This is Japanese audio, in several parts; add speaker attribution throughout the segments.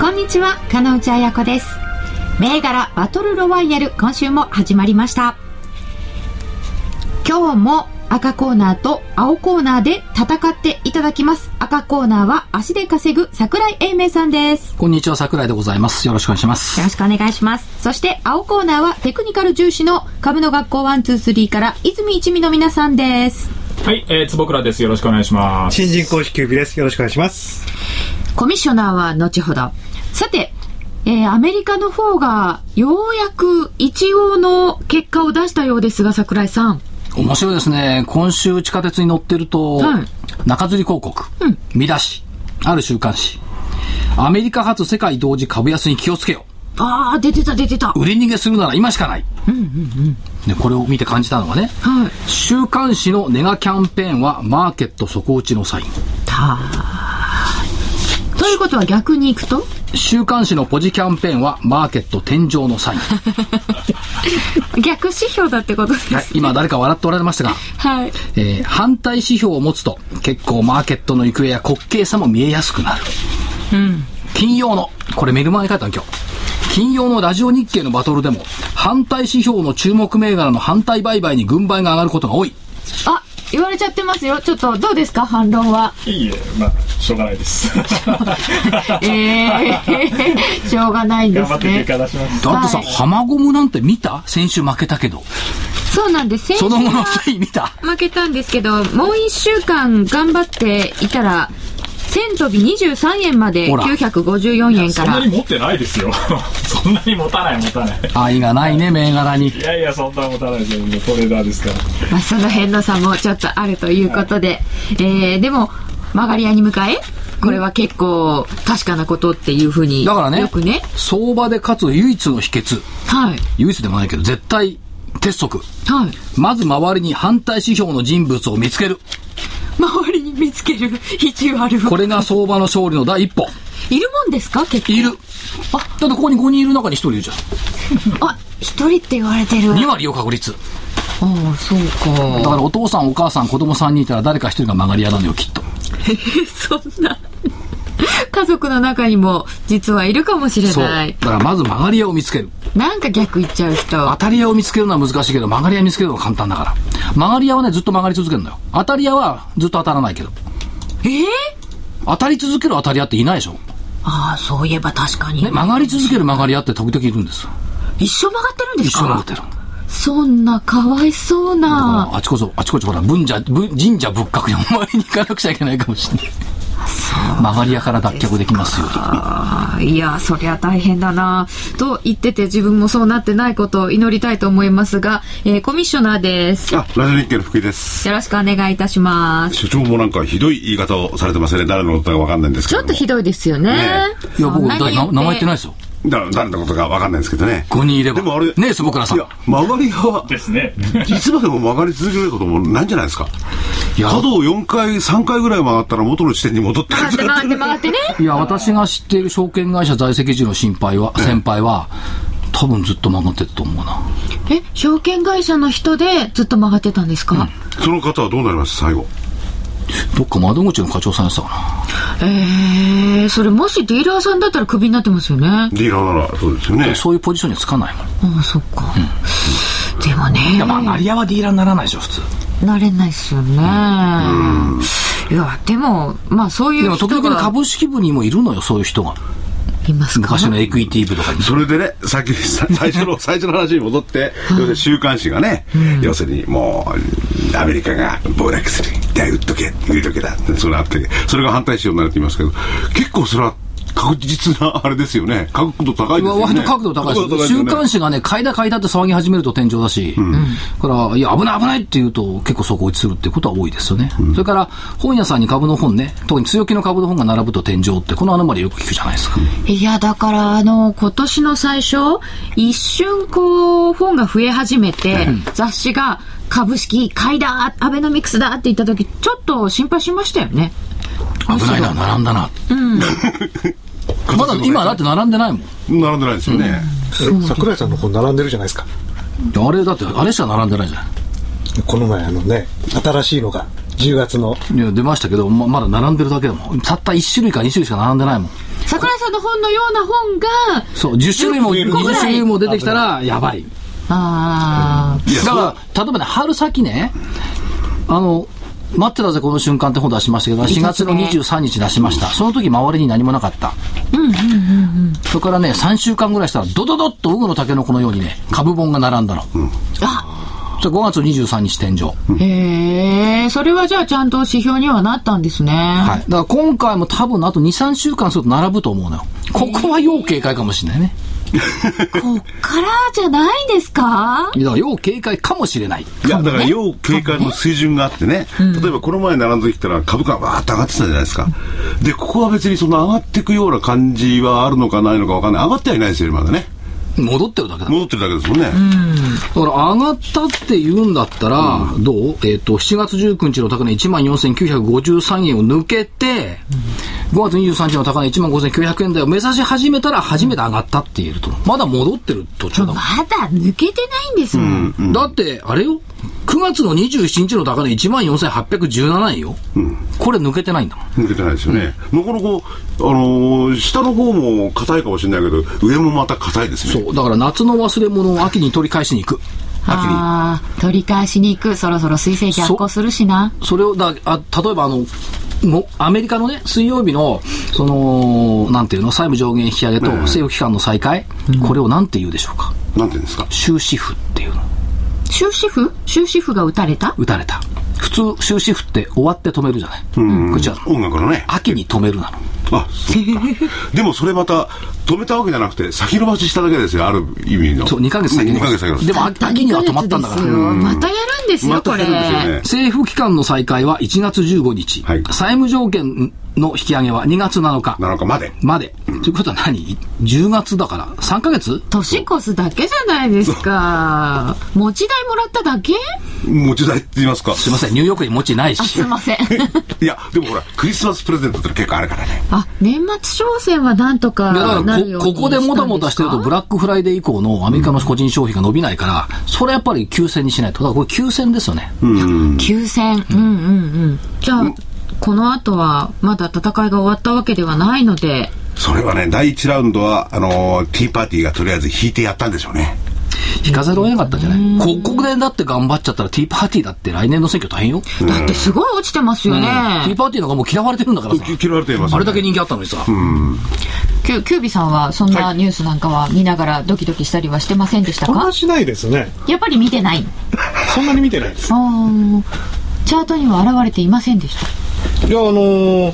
Speaker 1: こんにちは金内彩子です銘柄バトルロワイヤル今週も始まりました今日も赤コーナーと青コーナーで戦っていただきます赤コーナーは足で稼ぐ桜井英明さんです
Speaker 2: こんにちは桜井でございますよろしくお願いします
Speaker 1: よろしくお願いします。そして、青コーナーはテクニカル重視の株の学校123から、泉一味の皆さんです。
Speaker 3: はい、えー、坪倉です。よろしくお願いします。
Speaker 4: 新人公式キュービです。よろしくお願いします。
Speaker 1: コミッショナーは後ほど。さて、えーアメリカの方が、ようやく一応の結果を出したようですが、桜井さん。
Speaker 2: 面白いですね今週地下鉄に乗ってると、
Speaker 1: はい
Speaker 2: 中吊り広告、
Speaker 1: うん
Speaker 2: 見出しある週刊誌アメリカ発世界同時株安に気をつけよ
Speaker 1: ああ、出てた出てた。は
Speaker 2: 売り逃げするなら今しかない、ねこれを見て感じたのがね
Speaker 1: い。
Speaker 2: 週刊誌のネガキャンペーンはマーケット底打ちのサイン
Speaker 1: たーということは逆にいくと
Speaker 2: 週刊誌のポジキャンペーンはマーケット天井のサ イン、は
Speaker 1: 逆指標だってことです。
Speaker 2: い、今誰か笑っておられましたが、
Speaker 1: はい。
Speaker 2: えー反対指標を持つと結構マーケットの行方や滑稽さも見えやすくなる、金曜のこれメルマガに書いたの今日金曜のラジオ日経のバトルでも反対指標の注目銘柄の反対売買に軍配が上がることが多い
Speaker 1: あ、言われちゃってますよ。ちょっと、どうですか反論は。
Speaker 3: いいえ、まあ、しょうがない です。
Speaker 1: えー、しょうがないで
Speaker 3: 頑張
Speaker 1: す
Speaker 3: って結
Speaker 1: ね。
Speaker 3: 果出します。
Speaker 2: だってさ、
Speaker 1: はい
Speaker 2: 浜ゴムなんて見た先週負けたけど
Speaker 1: そうなんです。先週
Speaker 2: その後の
Speaker 1: は
Speaker 2: 推移見た
Speaker 1: 負けたんですけど、もう一週間頑張っていたら、千飛び23円まで
Speaker 2: ほら
Speaker 1: 954円
Speaker 3: そ
Speaker 1: か
Speaker 3: んな
Speaker 1: ら
Speaker 3: に。持ってないですよ。 そんなに持たない、持たない。
Speaker 2: 愛がないね銘柄に
Speaker 3: いやいや、そんな持たないですよ。もうトレーダーですから。
Speaker 1: まあ、その辺の差もちょっとあるということで。えー、でも、曲がり屋に向かえこれは結構確かなことっていうふうに。
Speaker 2: だからね
Speaker 1: よくね。
Speaker 2: 相場で勝つ唯一の秘訣
Speaker 1: はい。
Speaker 2: 唯一でもないけど絶対鉄則
Speaker 1: はい。
Speaker 2: まず周りに反対指標の人物を見つける
Speaker 1: 周りに見つける必要ある
Speaker 2: これが相場の勝利の第一歩
Speaker 1: いるもんですか結構。
Speaker 2: いる。あ、だってここに5人いる中に1人いるじゃん。
Speaker 1: あ、一人って言われてる。
Speaker 2: 2割よ、確率。
Speaker 1: ああ、そう
Speaker 2: だ
Speaker 1: か。
Speaker 2: からお父さん、お母さん、子供3人いたら誰か1人が曲がり屋なのよ、きっと。
Speaker 1: そんな。 家族の中にも実はいるかもしれ
Speaker 2: そう。
Speaker 1: な
Speaker 2: だ
Speaker 1: い。
Speaker 2: からまず曲がり屋を見つける。
Speaker 1: なんか逆言っちゃう
Speaker 2: 当
Speaker 1: 人。
Speaker 2: たり屋を見つけるのは難しいけど、曲がり屋見つけるのは簡単だから。曲がり屋はね、ずっと曲がり続けるのよ。当たり屋はずっと当たらないけど。
Speaker 1: えー、
Speaker 2: 当たり続ける当たり屋っていないでしょ。ね、
Speaker 1: ああ、そういえば確かに。
Speaker 2: 曲がり続ける曲がり屋って時々いるんです。
Speaker 1: 一生曲がってるんで
Speaker 2: 一
Speaker 1: すか
Speaker 2: 緒になってる。
Speaker 1: そんなかわいそう
Speaker 2: あ
Speaker 1: な。
Speaker 2: あちこそ、あちこちほら、文社、文神社仏閣にお参りに行かなくちゃいけないかもしれない。曲がり屋から脱却できますように。
Speaker 1: ああいや、そりゃ大変だな。と言ってて自分もそうなってないことを祈りたいと思いますが、えーコミッショナーです。よ
Speaker 5: あ、ラジオ日経の福井です。
Speaker 1: ろしくお願いいたします。
Speaker 5: 所長もなんかひどい言い方をされてますね。誰のことかわかんないんです
Speaker 1: ち
Speaker 5: けど
Speaker 1: ょっ
Speaker 5: も。
Speaker 1: とひどいですよね。
Speaker 5: ね
Speaker 2: いや、僕、だ
Speaker 1: そん
Speaker 2: 名
Speaker 1: な
Speaker 2: 前
Speaker 1: に言って
Speaker 2: 言ってないですよ。
Speaker 5: だ誰のことかわかんないんですけどね。
Speaker 2: 5人いれば。
Speaker 5: でもあれ
Speaker 2: ねえ、坪倉さん。
Speaker 5: いや、曲がりは、
Speaker 3: ですね。
Speaker 5: いつまでも曲がり続けることもないんじゃないですか。
Speaker 2: いや、
Speaker 5: 角を4回、3回ぐらい曲がったら元の地点に戻って
Speaker 1: 曲がって曲がって曲がってね。
Speaker 2: いや、私が知っている証券会社在籍時の心配は、先輩は、多分ずっと曲がってたと思うな。
Speaker 1: え、証券会社の人でずっと曲がってたんですか、
Speaker 5: その方はどうなります最後。
Speaker 2: どっか窓口の課長さんやってたか
Speaker 1: えー、それもしディーラーさんだったらクビになってますよね。あ
Speaker 5: ディーラーならそうですよね
Speaker 2: な。。そういうポジションにはつかないもん。い
Speaker 1: あ、そっか。でもね、
Speaker 2: や、まあ、マリアはディーラーにならないでしょ、普通。
Speaker 1: 慣れないっすよね。いや、でも、まあそうい
Speaker 2: で
Speaker 1: う
Speaker 2: も、
Speaker 1: 人
Speaker 2: 時々の
Speaker 1: が
Speaker 2: 株式部にもいるのよ、そういう人が。
Speaker 1: いますか
Speaker 2: 昔のエクイティ部とかに。
Speaker 5: それでね、さっきさ最 初の、最初の話に戻って、要するに週刊誌がね、要するにもう、アメリカが暴落する。だ、売っとけ、売りとけだって、それあって、それが反対しようになるって言いますけど、結構それは確実なあれですよね。角度高いですよね。
Speaker 2: 割と角度高いです。
Speaker 5: よ
Speaker 2: 週
Speaker 5: ね
Speaker 2: 刊誌がね、買いだ買いだって騒ぎ始めると天井だし、から、いや、危ない危ないって言うと結構そこ落ちするってことは多いですよね。それから、本屋さんに株の本ね、特に強気の株の本が並ぶと天井って、このアノマリーよく聞くじゃないですか。
Speaker 1: いや、だから、あの、今年の最初、一瞬、こう、本が増え始めて、雑誌が、株式、買いだ、アベノミクスだって言った時、ちょっと心配しましたよね。
Speaker 2: 危ないな、並んだな。まだ今だって並んでないもん。
Speaker 5: 並んでないですよね。
Speaker 4: 桜井さんの本並んでるじゃないですか。
Speaker 2: あれだって、あれしか並んでないじゃん。
Speaker 4: この前あのね、新しいのが、10月の。
Speaker 2: いや、出ましたけど、ままだ並んでるだけだもん。たった1種類か2種類しか並んでないもん。
Speaker 1: 桜井さんの本のような本が、
Speaker 2: そう、10種類も
Speaker 1: 10個ぐら
Speaker 2: 20
Speaker 1: い
Speaker 2: 種類も出てきたら、やばい。
Speaker 1: あ
Speaker 5: いや
Speaker 2: だから、例えばね、春先ね、あの、待ってたぜ、この瞬間って本出しましたけど、4月の23日出しました。その時、周りに何もなかった。それからね、3週間ぐらいしたら、ドドドッと、ウグのタケノコのようにね、株本が並んだの。それ5月23日天井。
Speaker 1: あ、へえ、それはじゃあちゃんと指標にはなったんですね。
Speaker 2: はい。だから今回も多分あと2、3週間すると並ぶと思うのよ。ここは要警戒かもしれないね。
Speaker 1: こっからじゃないですか
Speaker 2: だから要警戒かもしれない。
Speaker 5: いや、だから要警戒の水準があってね、例えばこの前並んできたら株価がわーっと上がってたじゃないですか。で、ここは別にその上がっていくような感じはあるのかないのかわかんない。上がってはいないですよ、まだね。
Speaker 2: 戻ってるだけだ。
Speaker 5: 戻ってるだけですもんね。
Speaker 2: だから上がったって言うんだったら、どうえっ、と、7月19日の高値14,953円を抜けて、5月23日の高値15,900円台を目指し始めたら、初めて上がったって言えると思う。まだ戻ってる途中だもん
Speaker 1: ま。だ抜けてないんですもん。
Speaker 2: だって、あれよ。9月の27日の高値14,817円よ。これ抜けてないんだもん。
Speaker 5: 抜けてないですよね。なかなか、あのー下の方も硬いかもしれないけど、上もまた硬いですね。
Speaker 2: そう。だから夏の忘れ物を秋に取り返しに行く。
Speaker 1: ああ、取り返しに行く。そろそろ水星逆行するしな。
Speaker 2: それをだあ例えばあのもアメリカのね水曜日のそのなんていうの債務上限引き上げと
Speaker 5: ええ
Speaker 2: 政府機関の再開、これをなんて言うでしょうか
Speaker 5: なんていうんですか。
Speaker 2: 終止符っていうの
Speaker 1: 終止符終止符が打たれた
Speaker 2: 打たれた普通終止符って終わって止めるじゃない、こっちは
Speaker 5: 音楽のね。
Speaker 2: 秋に止めるなの
Speaker 5: あ、そっ か。でもそれまた、止めたわけじゃなくて、先延ばししただけですよ、ある意味の。
Speaker 2: そう2ヶ月先
Speaker 5: に。
Speaker 2: に
Speaker 5: 2ヶ月先の
Speaker 2: でも秋秋には止まったんだから
Speaker 1: ですよまたやるんですよ、
Speaker 5: ま
Speaker 1: こ
Speaker 5: た
Speaker 1: れ。
Speaker 5: 減るんですよね。
Speaker 2: 政府機関の再開は1月15日、
Speaker 5: はい
Speaker 2: 債務上限の引き上げは2月7日
Speaker 5: 7日まで。
Speaker 2: まで、ということは何 ?10 月だから3ヶ月
Speaker 1: 年越すだけじゃないです か。持ち代もらっただけ
Speaker 5: 持ち代って言いますか。
Speaker 2: すいません、ニューヨークに持ちないし
Speaker 1: す。いません。
Speaker 5: いや、でもほら、クリスマスプレゼントって結構あるからね。
Speaker 1: あ、年末商戦はなんと
Speaker 2: いや
Speaker 1: か
Speaker 2: だか
Speaker 1: な
Speaker 2: ら
Speaker 1: るよう
Speaker 2: ここ
Speaker 1: に
Speaker 2: こでもたもたしてると、ブ
Speaker 1: ラ
Speaker 2: ラックフライデー以降のアメリカの個人消費が伸びないから、それやっぱり休戦にしないと。だからこれ休戦ですよね。
Speaker 1: 急戦。うんうんうん。じゃあ、この後はまだ戦いが終わったわけではないので、
Speaker 5: それはね、第1ラウンドは、あのー、ティーパーティーがとりあえず引いてやったんでしょうね。
Speaker 2: 引かざるを得なかったじゃない。ここでだって頑張っちゃったらティーパーティーだって来年の選挙大変よ。テ
Speaker 1: だってすごい落ちてますよね。
Speaker 2: ィーパーティーなんかもう嫌われてるんだからさ。
Speaker 5: き嫌われています、
Speaker 2: あれだけ人気あったのにさ。
Speaker 1: キュキュービさんはそんなニュースなんかは見ながらドキドキしたりはしてませんでしたか、
Speaker 4: そんなしないですね。
Speaker 1: やっぱり見てない
Speaker 4: そんなに見てないです。
Speaker 1: あーチャートには現れていませんでした
Speaker 4: いや、あのー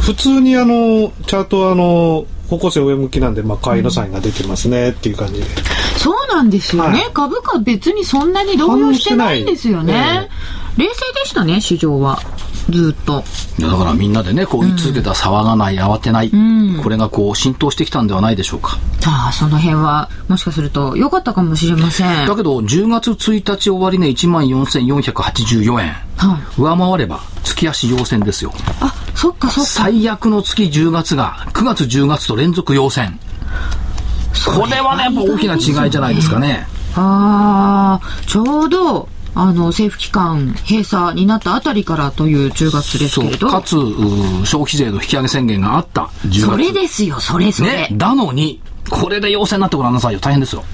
Speaker 4: 普通にあのーチャートはあのー方向性上向きなんで、まあ、買いのサインが出てますねっていう感じで。
Speaker 1: そうなんですよね、
Speaker 4: はい
Speaker 1: 株価別にそんなに動揺してないんですよ
Speaker 4: 反応
Speaker 1: ね
Speaker 4: し
Speaker 1: 冷静でしたね市場はずっと
Speaker 2: いやだからみんなでね、こう言い続けた騒がない、慌てない。これがこう浸透してきたんではないでしょうか。
Speaker 1: さあその辺はもしかすると良かったかもしれません
Speaker 2: だ
Speaker 1: は
Speaker 2: けど、10月1日終わりね、14,484円。
Speaker 1: い
Speaker 2: 上回れば、月足陽線ですよ。
Speaker 1: あそっかそっか
Speaker 2: 最悪の月10月が9月10月と連続陽線これはねやっぱ大きな違いじゃないですかね
Speaker 1: ああちょうどあの政府機関閉鎖になったあたりからという10月です
Speaker 2: そ
Speaker 1: け
Speaker 2: う
Speaker 1: れど
Speaker 2: かつうー消費税の引き上げ宣言があった10月
Speaker 1: それですよそれそれ、
Speaker 2: ねなのにこれで陽性になってごらんなさいよ大変ですよ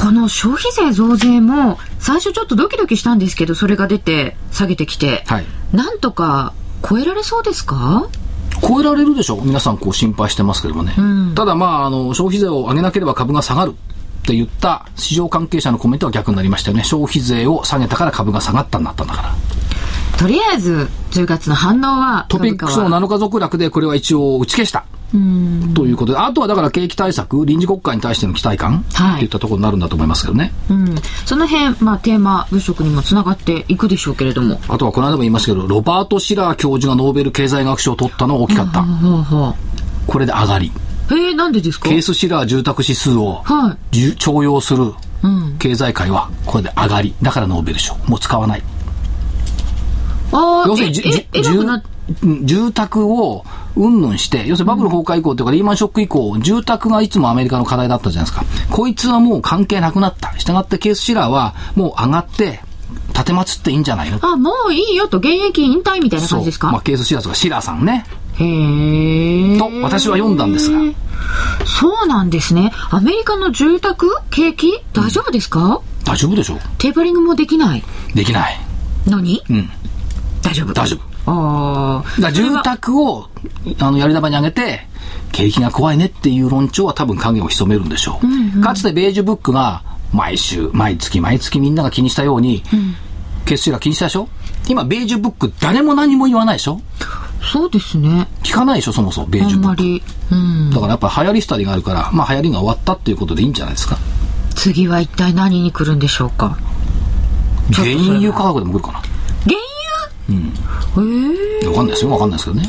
Speaker 1: この消費税増税も最初ちょっとドキドキしたんですけどそれが出て下げてきて、
Speaker 2: はい
Speaker 1: なんとか超えられそうですか
Speaker 2: 超えられるでしょ皆さんこう心配してますけどもね、ただまああの消費税を上げなければ株が下がるって言った市場関係者のコメントは逆になりましたよね消費税を下げたから株が下がったんだったんだから
Speaker 1: とりあえず10月の反応は
Speaker 2: トピックスの
Speaker 1: 株価は
Speaker 2: 7日続落でこれは一応打ち消した。ということで、あとはだから景気対策、臨時国会に対しての期待感、
Speaker 1: はい
Speaker 2: といったところになるんだと思いますけどね。
Speaker 1: うん、その辺、まあ、テーマ物色にもつながっていくでしょうけれども。
Speaker 2: あとはこの間も言いましたけど、ロバート・シラー教授がノーベル経済学賞を取ったのは大きかった。
Speaker 1: ほうほう
Speaker 2: これで上がり。
Speaker 1: えー、なんでですか
Speaker 2: ケース・シラー住宅指数を
Speaker 1: は
Speaker 2: じゅ徴用する経済界は、これで上がり。だからノーベル賞。もう使わない。
Speaker 1: ああ、
Speaker 2: 要するにじゅ
Speaker 1: え、え、
Speaker 2: じゅ
Speaker 1: 偉くなっ
Speaker 2: うん住宅をうんぬんして、要するにバブル崩壊以降というか、リーマンショック以降、住宅がいつもアメリカの課題だったじゃないですか。こいつはもう関係なくなった。したがってケースシラーはもう上がって、立てまつっていいんじゃないの
Speaker 1: あ、もういいよと、現役引退みたいな感じですか、
Speaker 2: まあ、ケースシラーとかシラーさんね。
Speaker 1: へえ。
Speaker 2: と、私は読んだんですが。
Speaker 1: そうなんですね。アメリカの住宅景気大丈夫ですか、
Speaker 2: 大丈夫でしょ
Speaker 1: テーパリングもできない
Speaker 2: できない。
Speaker 1: のに、
Speaker 2: ん
Speaker 1: 大丈夫
Speaker 2: 大丈夫。
Speaker 1: ああ。
Speaker 2: だから住宅を、あの、やり玉に上げて、景気が怖いねっていう論調は多分影を潜めるんでしょう。かつてベージュブックが、毎週、毎月、毎月みんなが気にしたように、決水が気にしたでしょ今、ベージュブック誰も何も言わないでしょ
Speaker 1: そうですね。
Speaker 2: 聞かないでしょそもそも、ベー
Speaker 1: あ
Speaker 2: ジュ
Speaker 1: ん
Speaker 2: ブ
Speaker 1: ま
Speaker 2: ック。
Speaker 1: り。うん。
Speaker 2: だからやっぱ流行り廃りがあるから、まあ流行りが終わったっていうことでいいんじゃないですか。
Speaker 1: 次は一体何に来るんでしょうかちょっ
Speaker 2: 原
Speaker 1: とそれは
Speaker 2: 油価格でも来るかな。
Speaker 1: ええ
Speaker 2: わかんないですよ。わかんないですけどね。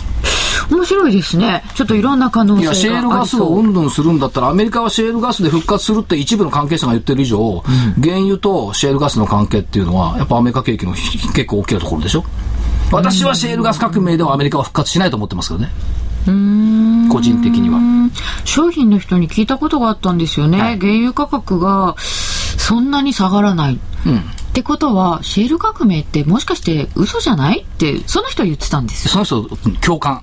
Speaker 1: 面白いですね。ちょっといろんな可能
Speaker 2: い
Speaker 1: 性があ
Speaker 2: や、
Speaker 1: り
Speaker 2: シ
Speaker 1: そう。
Speaker 2: ェールガスをうんぬんするんだったら、アメリカはシェールガスで復活するって一部の関係者が言ってる以上、原油とシェールガスの関係っていうのは、やっぱアメリカ景気のひ結構大きなところでしょ。私はシェールガス革命ではアメリカは復活しないと思ってますけどね。個人的には。
Speaker 1: 商品の人に聞いたことがあったんですよね、原油価格がそんなに下がらない、ってことはシェール革命ってもしかして嘘じゃないってその人は言ってたんですよ
Speaker 2: その人、共感。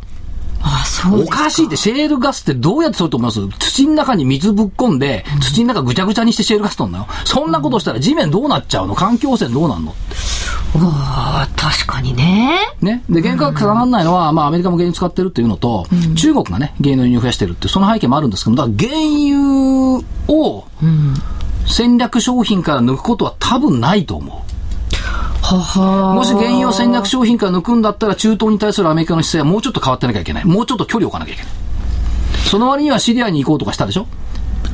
Speaker 1: あそう
Speaker 2: お
Speaker 1: です
Speaker 2: かしいって、シェールガスってどうやって取ると思います土の中に水ぶっ込んで、土の中ぐちゃぐちゃにしてシェールガス取るのよ。そんなことしたら地面どうなっちゃうの環境汚染どうなんの
Speaker 1: うわー確かにね
Speaker 2: ね。で、原価格下がらないのは、まあ、アメリカも原油使ってるっていうのと、中国がね、原油の輸入を増やしてるって、その背景もあるんですけど、だから原油を戦略商品から抜くことは多分ないと思う。
Speaker 1: はは
Speaker 2: もし原油を戦略商品から抜くんだったら、中東に対するアメリカの姿勢はもうちょっと変わってなきゃいけない。もうちょっと距離を置かなきゃいけない。その割にはシリアに行こうとかしたでしょ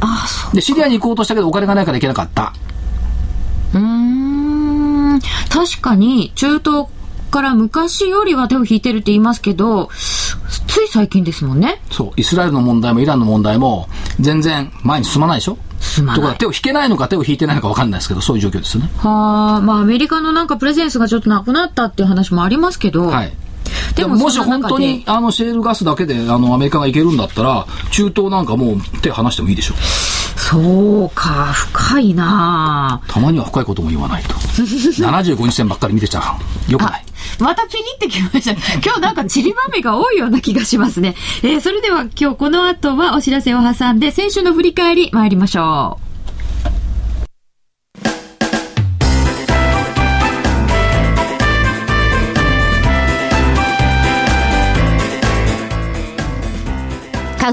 Speaker 1: あそ
Speaker 2: で、シリアに行こうとしたけどお金がないから行けなかった。
Speaker 1: ううーん確かに中東から昔よりは手を引いてるって言いますけどつい最近ですもんね
Speaker 2: そう。イスラエルの問題もイランの問題も、全然前に進まないでしょ
Speaker 1: 進まない
Speaker 2: ところが手を引けないのか手を引いてないのか分かんないですけど、そういう状況ですよね。
Speaker 1: はあまあアメリカのなんかプレゼンスがちょっとなくなったっていう話もありますけど、
Speaker 2: はい。
Speaker 1: で
Speaker 2: で
Speaker 1: も
Speaker 2: ももし
Speaker 1: その
Speaker 2: 本
Speaker 1: 中で
Speaker 2: 当にあのシェールガスだけであのアメリカがいけるんだったら中東なんかもう手離してもいいでしょう
Speaker 1: そうか、深いなあ
Speaker 2: たまには深いことも言わないと 75日線ばっかり見てちゃうよくない
Speaker 1: またピリってきました。今日なんか散りばめが多いような気がしますね。えーそれでは今日この後はお知らせを挟んで、先週の振り返り参りましょう。
Speaker 6: 花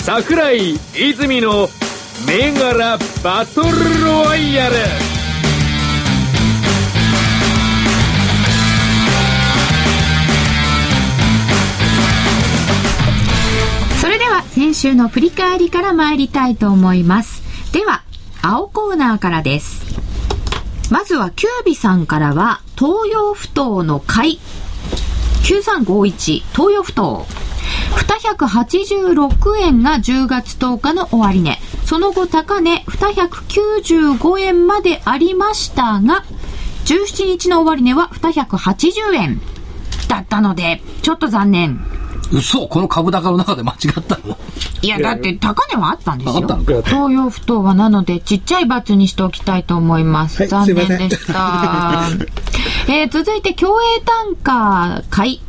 Speaker 7: 桜井泉の銘柄バトルロワイヤル
Speaker 1: それでは先週の振り返りから参りたいと思います。では、青コーナーからです。まずは、キュービさんからは、東洋不頭の会。9351、東洋不頭。286円が10月10日の終値。その後、高値295円までありましたが、17日の終値は280円だったので、ちょっと残念。
Speaker 2: 嘘この株高の中で間違ったの
Speaker 1: いや、だって高値はあったんです
Speaker 2: あっ
Speaker 1: よ
Speaker 2: たの。
Speaker 1: 東洋不当はなので、ちっちゃい罰にしておきたいと思います。
Speaker 4: はい
Speaker 1: 残
Speaker 4: すいま
Speaker 1: 念
Speaker 4: せん
Speaker 1: でした。えー続いて、競泳単価買い。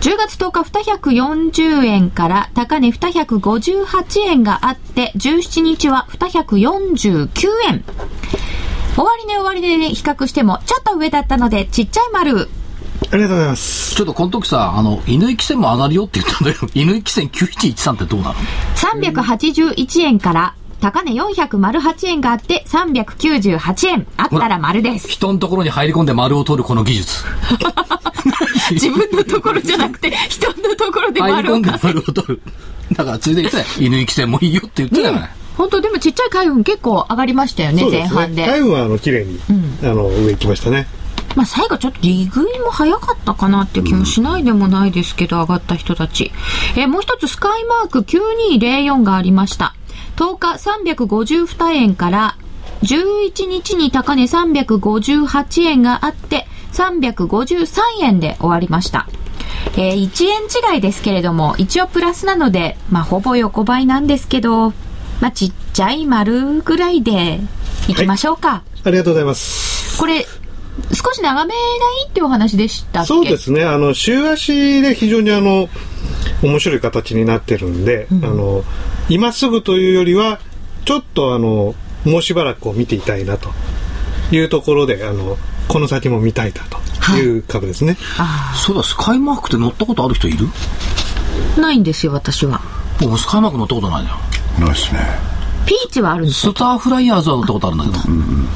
Speaker 1: 10月10日240円から高値258円があって、17日は249円。終わり値終わり値で比較しても、ちょっと上だったので、ちっちゃい丸。
Speaker 4: ありがとうございます。
Speaker 2: ちょっとこの時さ、あの、犬行き線も上がるよって言ったんだ けど、犬行き線9113ってどうなの
Speaker 1: 381円から高値408円があって398円あったら丸 です。
Speaker 2: 人のところに入り込んで丸を取るこの技術。
Speaker 1: 自分のところじゃなくて人のところで
Speaker 2: 入り
Speaker 1: 丸
Speaker 2: 込
Speaker 1: を
Speaker 2: んで
Speaker 1: 稼
Speaker 2: 丸を取る。だから、ついでに言ってた よ犬行き線もいいよって言ってたじゃない。
Speaker 1: 本当でもちっちゃい海運結構上がりましたよね、
Speaker 4: そう
Speaker 1: 前
Speaker 4: です
Speaker 1: 半で。
Speaker 4: タイムはあの綺麗に、あの上行きましたね。
Speaker 1: まあ最後ちょっと利食いも早かったかなって気もしないでもないですけど、上がった人たち。えーもう一つスカイマーク9204がありました。10日352円から、11日に高値358円があって、353円で終わりました。えー1円違いですけれども、一応プラスなので、まあほぼ横ばいなんですけど、まあちっちゃい丸ぐらいで行きましょうか。
Speaker 4: ありがとうございます。
Speaker 1: これ少し長めがいいっていうお話でしたっけ
Speaker 4: そうですね。あの週足で非常にあの面白い形になってるんで、あの今すぐというよりはちょっとあのもうしばらくこう見ていたいなというところで、あのこの先も見たいなという株ですね。
Speaker 2: そうだ、スカイマークって乗ったことある人いる
Speaker 1: ないんですよ私は
Speaker 2: もうスカイマーク乗ったことないのよ。
Speaker 5: ないですね。
Speaker 1: ピーチはあるんです
Speaker 2: スターフライヤーズは乗ったことあるんだけど、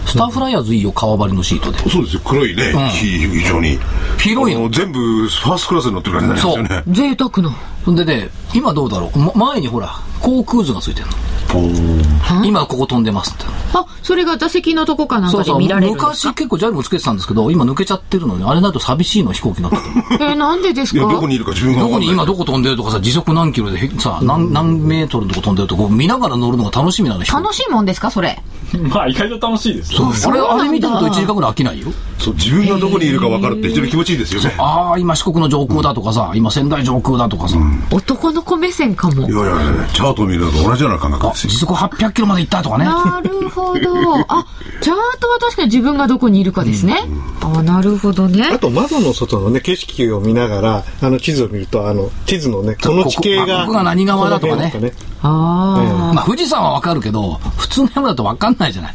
Speaker 2: スターフライヤーズいいよ、革張りのシートで。
Speaker 5: そうですよ。黒いね、非非常に。
Speaker 2: 広いの
Speaker 5: あの全部、ファーストクラスに乗ってる感じになりますよね。
Speaker 1: 贅沢の
Speaker 2: そんでね、今どうだろう、ま前にほら、航空図がついてるの。今ここ飛んでますって。
Speaker 1: あそれが座席のとこかなん
Speaker 2: そ
Speaker 1: か
Speaker 2: う
Speaker 1: で
Speaker 2: そう、
Speaker 1: 見られるんですか
Speaker 2: 昔結構 JAL もつけてたんですけど、今抜けちゃってるので、あれないと寂しいの飛行機 乗ってて
Speaker 1: えーなんでです
Speaker 5: い
Speaker 1: か
Speaker 5: や、どこにいるか自分が
Speaker 2: ど
Speaker 5: 分か
Speaker 2: こ
Speaker 5: んない
Speaker 2: に今どこ飛んでるとかさ、時速何キロでへさ、何何メートルのとこ飛んでるとこ見ながら乗るのが楽しみなの飛行機
Speaker 1: 楽しいもんですかそれ
Speaker 3: まあ、意外と楽しいですよ。
Speaker 2: あれ、
Speaker 1: そうなん
Speaker 2: あ
Speaker 1: だ
Speaker 2: れ見てると1時間ぐらい飽きないよ。
Speaker 5: そう、自分がどこにいるか分かるって非常に気持ちいいですよね。
Speaker 2: ああ、今四国の上空だとかさ、今仙台上空だとかさ、
Speaker 1: 男の子目線かも
Speaker 5: いやいやいや、チャートを見るのと同じような感覚
Speaker 2: あ
Speaker 5: です
Speaker 2: 時
Speaker 5: よ。
Speaker 2: 速800キロまで行ったとかね。
Speaker 1: なるほどあチャートは確かに自分がどこにいるかですね、あなるほどね
Speaker 4: あと窓の外のね景色を見ながらあの地図を見るとあの地図のねこの地形
Speaker 2: ここ
Speaker 4: が
Speaker 2: ここが何側だとかね
Speaker 4: この辺
Speaker 1: ああ、
Speaker 2: まあ富士山はわかるけど、普通の山だとわかんないじゃない。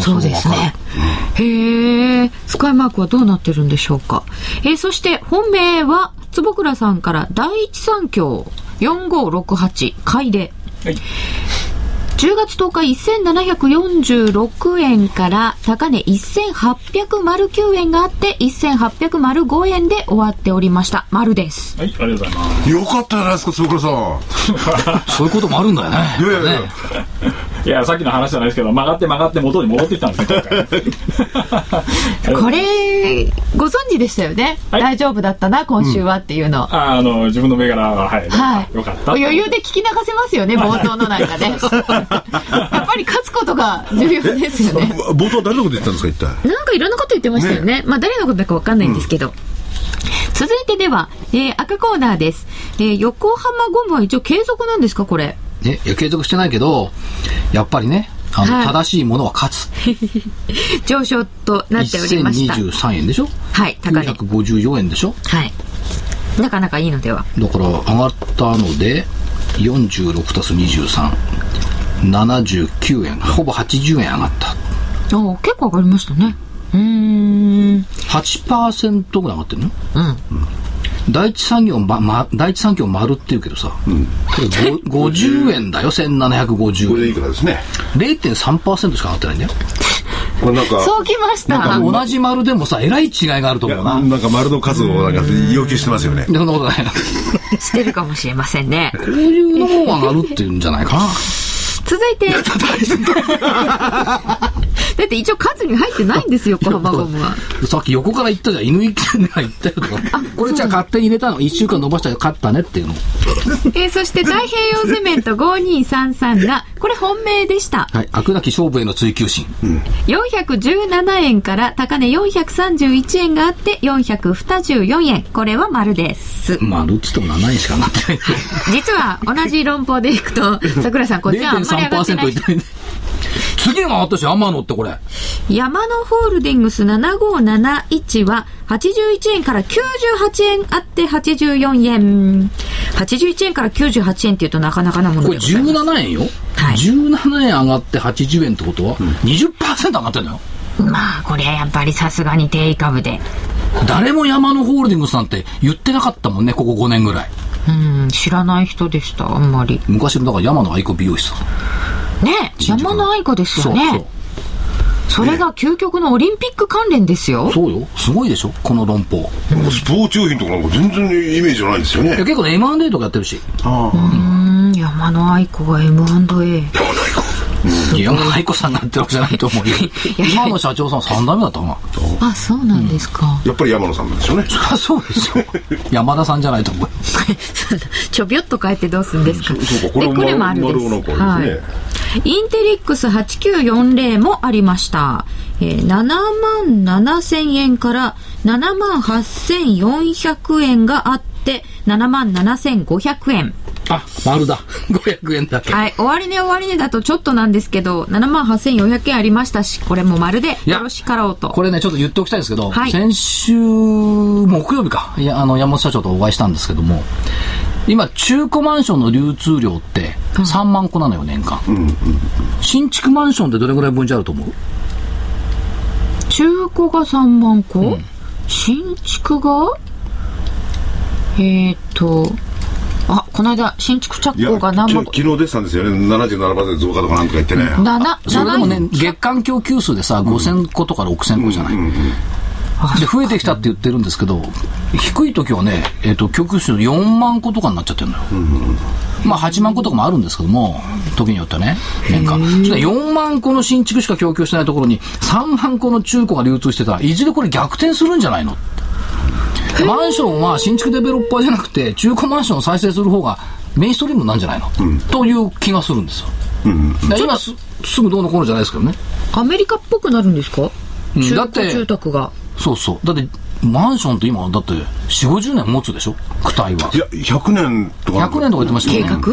Speaker 1: そうですね。へえ、スカイマークはどうなってるんでしょうか。えーそして本命は坪倉さんから第一三共4568買いで。
Speaker 3: はい
Speaker 1: 10月10日1746円から高値1809円があって1805円で終わっておりました。丸です。
Speaker 3: はい、ありがとうございます。
Speaker 5: よかったじゃないですか、坪倉さん。
Speaker 2: そういうこともあるんだよね。
Speaker 5: いやいやいや
Speaker 2: ね
Speaker 3: いや、さっきの話じゃないですけど、曲がって曲がって元に戻ってきたんですね、 今回
Speaker 1: これ、ご存知でしたよね、
Speaker 3: はい
Speaker 1: 大丈夫だったな、今週はっていうの。
Speaker 3: ああの、自分の銘柄は、はい。
Speaker 1: はい。
Speaker 3: よかった。
Speaker 1: 余裕で聞き流せますよね、冒頭のなん かね。やっぱり勝つことが重要ですよね。
Speaker 5: 冒頭は誰のこと言ってたんですか、一体。
Speaker 1: なんかいろんなこと言ってましたよね。まあ誰のことだかわかんないんですけど。続いてでは、えー赤コーナーです。えー横浜ゴムは一応継続なんですか、これ。
Speaker 2: ね、いや継続してないけど、やっぱりね、あの、
Speaker 1: はい
Speaker 2: 正しいものは勝つ。
Speaker 1: 上昇となっておりました。
Speaker 2: 1023円でしょ
Speaker 1: はい、高値。
Speaker 2: ?954 円でしょ
Speaker 1: はい。なかなかいいのでは。
Speaker 2: だから上がったので、46足す23、79円、ほぼ80円上がった。
Speaker 1: おー結構上がりましたね。うーん。
Speaker 2: 8%ぐらい上がってるの第一産業、ま、ま、第一産業丸って言うけどさ、これご50円だよ、
Speaker 5: これでい
Speaker 2: 1750
Speaker 5: くらですね。
Speaker 2: 円。0.3%しか上がってないんだよ。
Speaker 5: これなんか、
Speaker 1: そうきました。
Speaker 2: 同じ丸でもさ、えらい違いがあると
Speaker 5: い
Speaker 2: 思
Speaker 5: や
Speaker 2: うな。
Speaker 5: なんか丸の数をなんか要求してますよね。
Speaker 2: そんなことないな。こ
Speaker 1: してるかもしれませんね。
Speaker 2: ういうの方がなるっていうんじゃないかな。
Speaker 1: 続いて。 だって一応数に入ってないんですよ、横浜ゴムは。
Speaker 2: さっき横から言ったじゃん、犬行きが言ったよとか。これじゃあ勝手に入れたの、1週間伸ばしたら勝ったねっていうの。
Speaker 1: えーそして太平洋セメント5233が、これ本命でした。
Speaker 2: はい。悪なき勝負への追求心。
Speaker 1: 417円から高値431円があって、424円。これは丸です。
Speaker 2: 丸っつっても7円しか上がってない。
Speaker 1: 実は同じ論法でいくと、桜さんこっちはあんまり上がってない
Speaker 2: 0.3%いってない。次のが上がったし、天野ってこれ。
Speaker 1: 山野ホールディングス7571は81円から98円あって84円。81円から98円っていうとなかなかなもの
Speaker 2: こ
Speaker 1: で
Speaker 2: れ
Speaker 1: ございます。
Speaker 2: 17円よ。
Speaker 1: はい
Speaker 2: 17円上がって80円ってことは、20%上がってんのよ。
Speaker 1: まあこれやっぱりさすがに定位株で。
Speaker 2: 誰も山のホールディングスなんて言ってなかったもんね、ここ5年ぐらい。
Speaker 1: うん、知らない人でした、あんまり。
Speaker 2: 昔のだから山の愛子美容室。
Speaker 1: ねえ山の愛子です
Speaker 2: そ
Speaker 1: よ
Speaker 2: う
Speaker 1: ね。
Speaker 2: そ。
Speaker 1: そうれが究極のオリンピック関連ですよ。
Speaker 2: そうよ。すごいでしょこの論法。
Speaker 5: スポーツ用品とかなんか全然イメージがないんですよ
Speaker 2: いや
Speaker 5: ね。
Speaker 2: 結構ね、M&A とかやってるし。
Speaker 1: うん、山の愛子が M&A。
Speaker 2: いや、まあ、愛子さんがやってるわけじゃないと思 うよ。今の社長さん3代目だったかな。
Speaker 1: あ、そうなん ですか。
Speaker 5: やっぱり山野さんなんでしょうね。
Speaker 2: そりゃそうでしょ。山田さんじゃないと思うよ。
Speaker 1: ちょびょっと変えてどうするんですか。
Speaker 5: そうか、これ
Speaker 1: え
Speaker 5: も
Speaker 1: これもあ
Speaker 5: 丸
Speaker 1: るです。
Speaker 5: なんかあるんですね。
Speaker 1: インテリックス8940もありました。えー、7万7000円から7万8400円があって、7万7500円。
Speaker 2: あ、丸 だ。500円だけ。
Speaker 1: はい、終値終値だとちょっとなんですけど、7万8400円ありましたし、これもまるで
Speaker 2: いや
Speaker 1: よろしかろうと。
Speaker 2: これね、ちょっと言っておきたいんですけど、
Speaker 1: はい
Speaker 2: 先週木曜日か、いやあの山本社長とお会いしたんですけども、今、中古マンションの流通量って3万個なのよ、年間。新築マンションってどれぐらい分じゃあると思う
Speaker 1: 中古が3万個、新築がえー、っと、あ、この間、新築着
Speaker 5: いや、
Speaker 1: 工が何万個
Speaker 5: き昨日出てたんですよね。77%増加とかなんとか言ってね。。
Speaker 1: 七
Speaker 2: それでもね
Speaker 1: 七、
Speaker 2: 月間供給数でさ、5000個とか6000個じゃない。で、増えてきたって言ってるんですけど、低い時はね、えっ、と、供給数4万個とかになっちゃってるのよ。まあ、8万個とかもあるんですけども、時によってね、年間。そしたら4万個の新築しか供給してないところに、3万個の中古が流通してたら、いずれこれ逆転するんじゃないのマンションは新築デベロッパーじゃなくて、中古マンションを再生する方がメインストリームなんじゃないの、という気がするんですよ。だから今すすぐどうのこうのじゃないですけどね。
Speaker 1: アメリカっぽくなるんですか
Speaker 2: うん
Speaker 1: 中
Speaker 2: だって
Speaker 1: 古住宅が。
Speaker 2: そうそう。だって、マンションって今、だって、4、50年持つでしょ躯体はい
Speaker 5: や、100年とか。
Speaker 2: 100年とか言ってました
Speaker 1: 計
Speaker 2: よね。
Speaker 1: 画、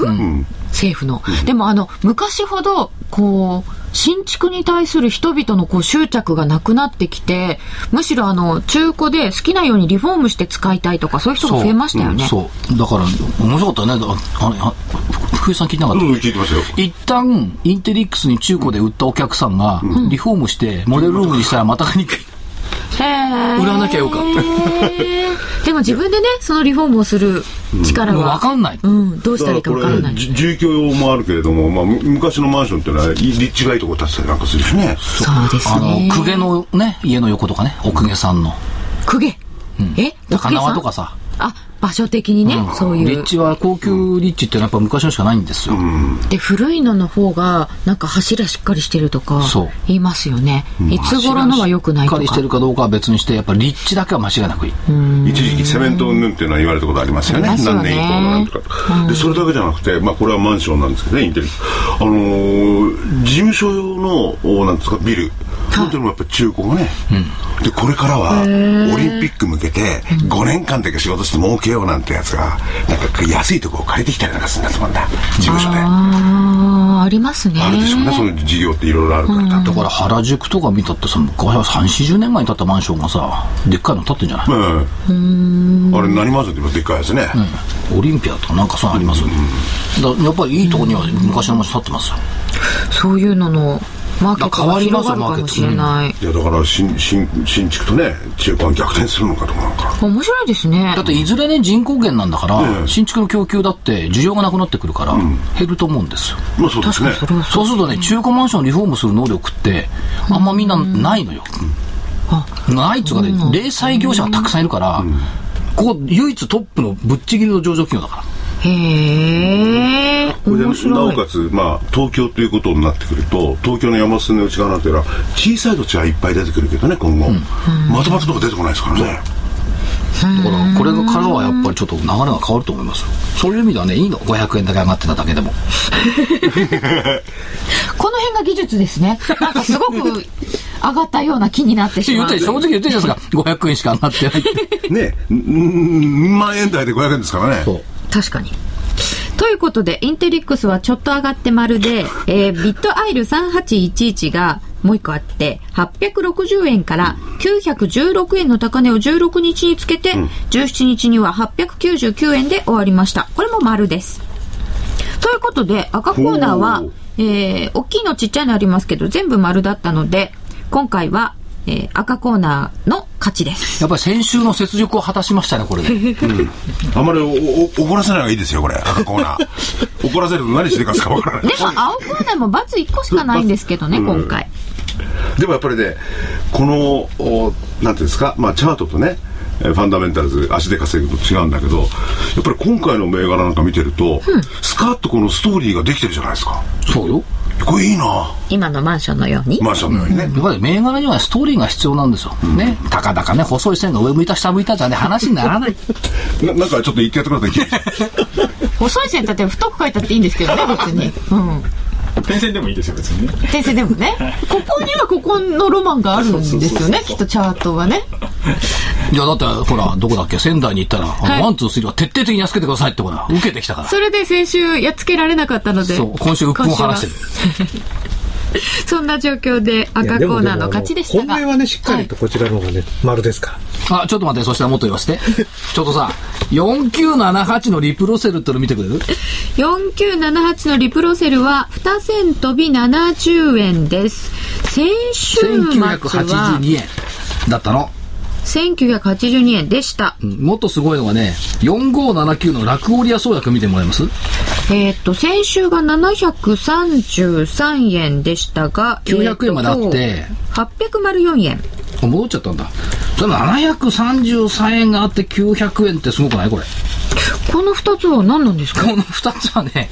Speaker 1: 政府の。でもあの、昔ほど、こう、新築に対する人々のこう執着がなくなってきて、むしろあの、中古で好きなようにリフォームして使いたいとか、そういう人
Speaker 2: そう
Speaker 1: が増えましたよね。
Speaker 2: そう。だから、面白かったよね。ああれ、あふ福井さん聞いてなか
Speaker 5: う
Speaker 2: った、
Speaker 5: ん、聞いてましたよ。
Speaker 2: 一旦、インテリックスに中古で売ったお客さんが、リフォームして、モデルルームにしたらまた買いに来る
Speaker 1: へー
Speaker 2: 売らなきゃよかった
Speaker 1: へーでも自分でね、そのリフォームをする力
Speaker 2: もう
Speaker 1: は
Speaker 2: わ、かんない。
Speaker 1: うん、どうした
Speaker 5: だから
Speaker 1: いいか
Speaker 5: こ
Speaker 1: わからな
Speaker 5: れ、
Speaker 1: い。
Speaker 5: じ住居用もあるけれども、まあ、む昔のマンションっていうのは、い立地がいいとこ建てたりなんかするしね。
Speaker 1: そうです
Speaker 2: あの
Speaker 1: ね。、
Speaker 2: 公家のね、家の横とかね、奥家さんの。
Speaker 1: 公家。え
Speaker 2: 高
Speaker 1: お公家さ
Speaker 2: 輪
Speaker 1: ん
Speaker 2: とかさ。
Speaker 1: あ、場所的にね、そういう。
Speaker 2: 立地は、高級立地っていうのはやっぱ昔のしかないんですよ。
Speaker 1: で古いのの方がなんか柱しっかりしてるとか
Speaker 2: そう
Speaker 1: 言いますよね、いつ頃のは良くないと
Speaker 2: しっかりして
Speaker 1: か
Speaker 2: るかどうかは別にして、やっぱり立地だけは間違いなくいい。
Speaker 5: 一時期セメント云々っていうのは言われたことありますよね。
Speaker 1: ありますよね
Speaker 5: 何年以降のなんとか、で、それだけじゃなくて、まあこれはマンションなんですけどね、インテリ。あのー事務所用の、おなんですか、ビル。ホテルもやっぱ中古がね、で、これからは、オリンピック向けて、5年間だけ仕事して儲けようなんてやつが、なんか安いとこを借りてきたりなんかするんだと思うんだ。事務所で。あ
Speaker 1: あーありますね
Speaker 5: るでしょうね、そういう事業っていろいろあるから。だと
Speaker 2: だから原宿とか見たってさ、昔は3、40年前に建ったマンションがさ、でっかいの建ってんじゃない、
Speaker 5: うん。あれ、何マンションって今でっかいですね。
Speaker 2: オリンピアとかなんかそういうのありますよね。だからやっぱりいいとこには昔のマンション建ってますよ。
Speaker 1: そういうののマーケットが広がるかもしれない。
Speaker 5: いやだから新新新築とね中古が逆転するのかとかなんか
Speaker 1: 面白いですね
Speaker 2: だ。っていずれね人口減なんだから、
Speaker 5: ええ
Speaker 2: 新築の供給だって需要がなくなってくるから、減ると思うんですよ
Speaker 5: まあそうですね
Speaker 1: それは
Speaker 2: そうするとね中古マンションをリフォームする能力ってあんまみんなないのよ、ないっつうかね零細業者がたくさんいるから、ここ唯一トップのぶっちぎりの上場企業だから
Speaker 1: へえ。
Speaker 5: これで
Speaker 1: 面
Speaker 5: な
Speaker 1: 白
Speaker 5: お
Speaker 1: い。
Speaker 5: かつ、まあ、東京ということになってくると東京の山手線の内側なんていうのは小さい土地はいっぱい出てくるけどね今後、まとまったとこ出てこないですからね
Speaker 2: だからこれからはやっぱりちょっと流れが変わると思いますよそういう意味ではねいいの500円だけ上がってただけでも
Speaker 1: この辺が技術ですね。なんかすごく上がったような気になってし
Speaker 2: 言
Speaker 1: ま
Speaker 2: っ
Speaker 1: う
Speaker 2: て。正直言ってるじゃないですか500円しか上がってないって
Speaker 5: ねえうん万円台で500円ですからね
Speaker 2: そう
Speaker 1: 確かに。ということで、インテリックスはちょっと上がって丸で、えービットアイル3811がもう一個あって、860円から916円の高値を16日につけて、17日には899円で終わりました。これも丸です。ということで、赤コーナーは
Speaker 5: ほう、
Speaker 1: えー大きいのちっちゃいのありますけど、全部丸だったので、今回は、えー赤コーナーの勝ちです。
Speaker 2: やっぱり先週の雪辱を果たしましたねこれで
Speaker 5: あんまりおお怒らせない方がいいですよこれ赤コーナー怒らせると何してるかすかわからない
Speaker 1: でも、青コーナーも×一個しかないんですけどね、今回。
Speaker 5: でもやっぱりねこのおなんていうんですか、まあ、チャートとねえーファンダメンタルズ足で稼ぐと違うんだけどやっぱり今回の銘柄なんか見てると、スカッとこのストーリーができてるじゃないですか
Speaker 2: そうよ
Speaker 5: これいいな
Speaker 1: 今のマンションのように。
Speaker 5: マンションのようにね、
Speaker 2: やっぱり銘柄にはストーリーが必要なんですよ、ねたかだかね細い線が上向いた下向いたじゃね話にならない
Speaker 5: ななんかちょっと言ってやってください
Speaker 1: 細い線立て太く書いたっていいんですけどね、別に。うん。
Speaker 3: 点線でもいいですよ別にね
Speaker 1: 先生でもね、ここにはここのロマンがあるんですよね、きっとチャートはね。
Speaker 2: いやだってほらどこだっけ仙台に行ったらあ
Speaker 1: はい
Speaker 2: のワンツースリーは徹底的に安けてくださいってほら受けてきたから
Speaker 1: それで先週やっつけられなかったので。
Speaker 2: そう今週うっぷんを晴らしてる
Speaker 1: そんな状況で
Speaker 4: いや
Speaker 1: 赤
Speaker 4: で
Speaker 1: コ
Speaker 4: も
Speaker 1: ー
Speaker 4: で
Speaker 1: ナー
Speaker 4: も
Speaker 1: の勝ちでしたが。
Speaker 4: 本命はね、しっかりとこちらの方がね、丸ですから。
Speaker 2: あちょっと待ってそしたらもっと言わせてちょっとさ4978のリプロセルっての見てくれる
Speaker 1: 4978のリプロセルは2線飛び70円です。先週末は
Speaker 2: 1982円だったの
Speaker 1: 1982円でした。
Speaker 2: うんもっとすごいのがね4579のラクオリア創薬見てもらえます
Speaker 1: えーっと、先週が733円でしたが、
Speaker 2: 900円まであって
Speaker 1: 804円。
Speaker 2: あ戻っちゃったんだその733円があって900円ってすごくないこれ
Speaker 1: この二つは何なんですか
Speaker 2: この2つはね、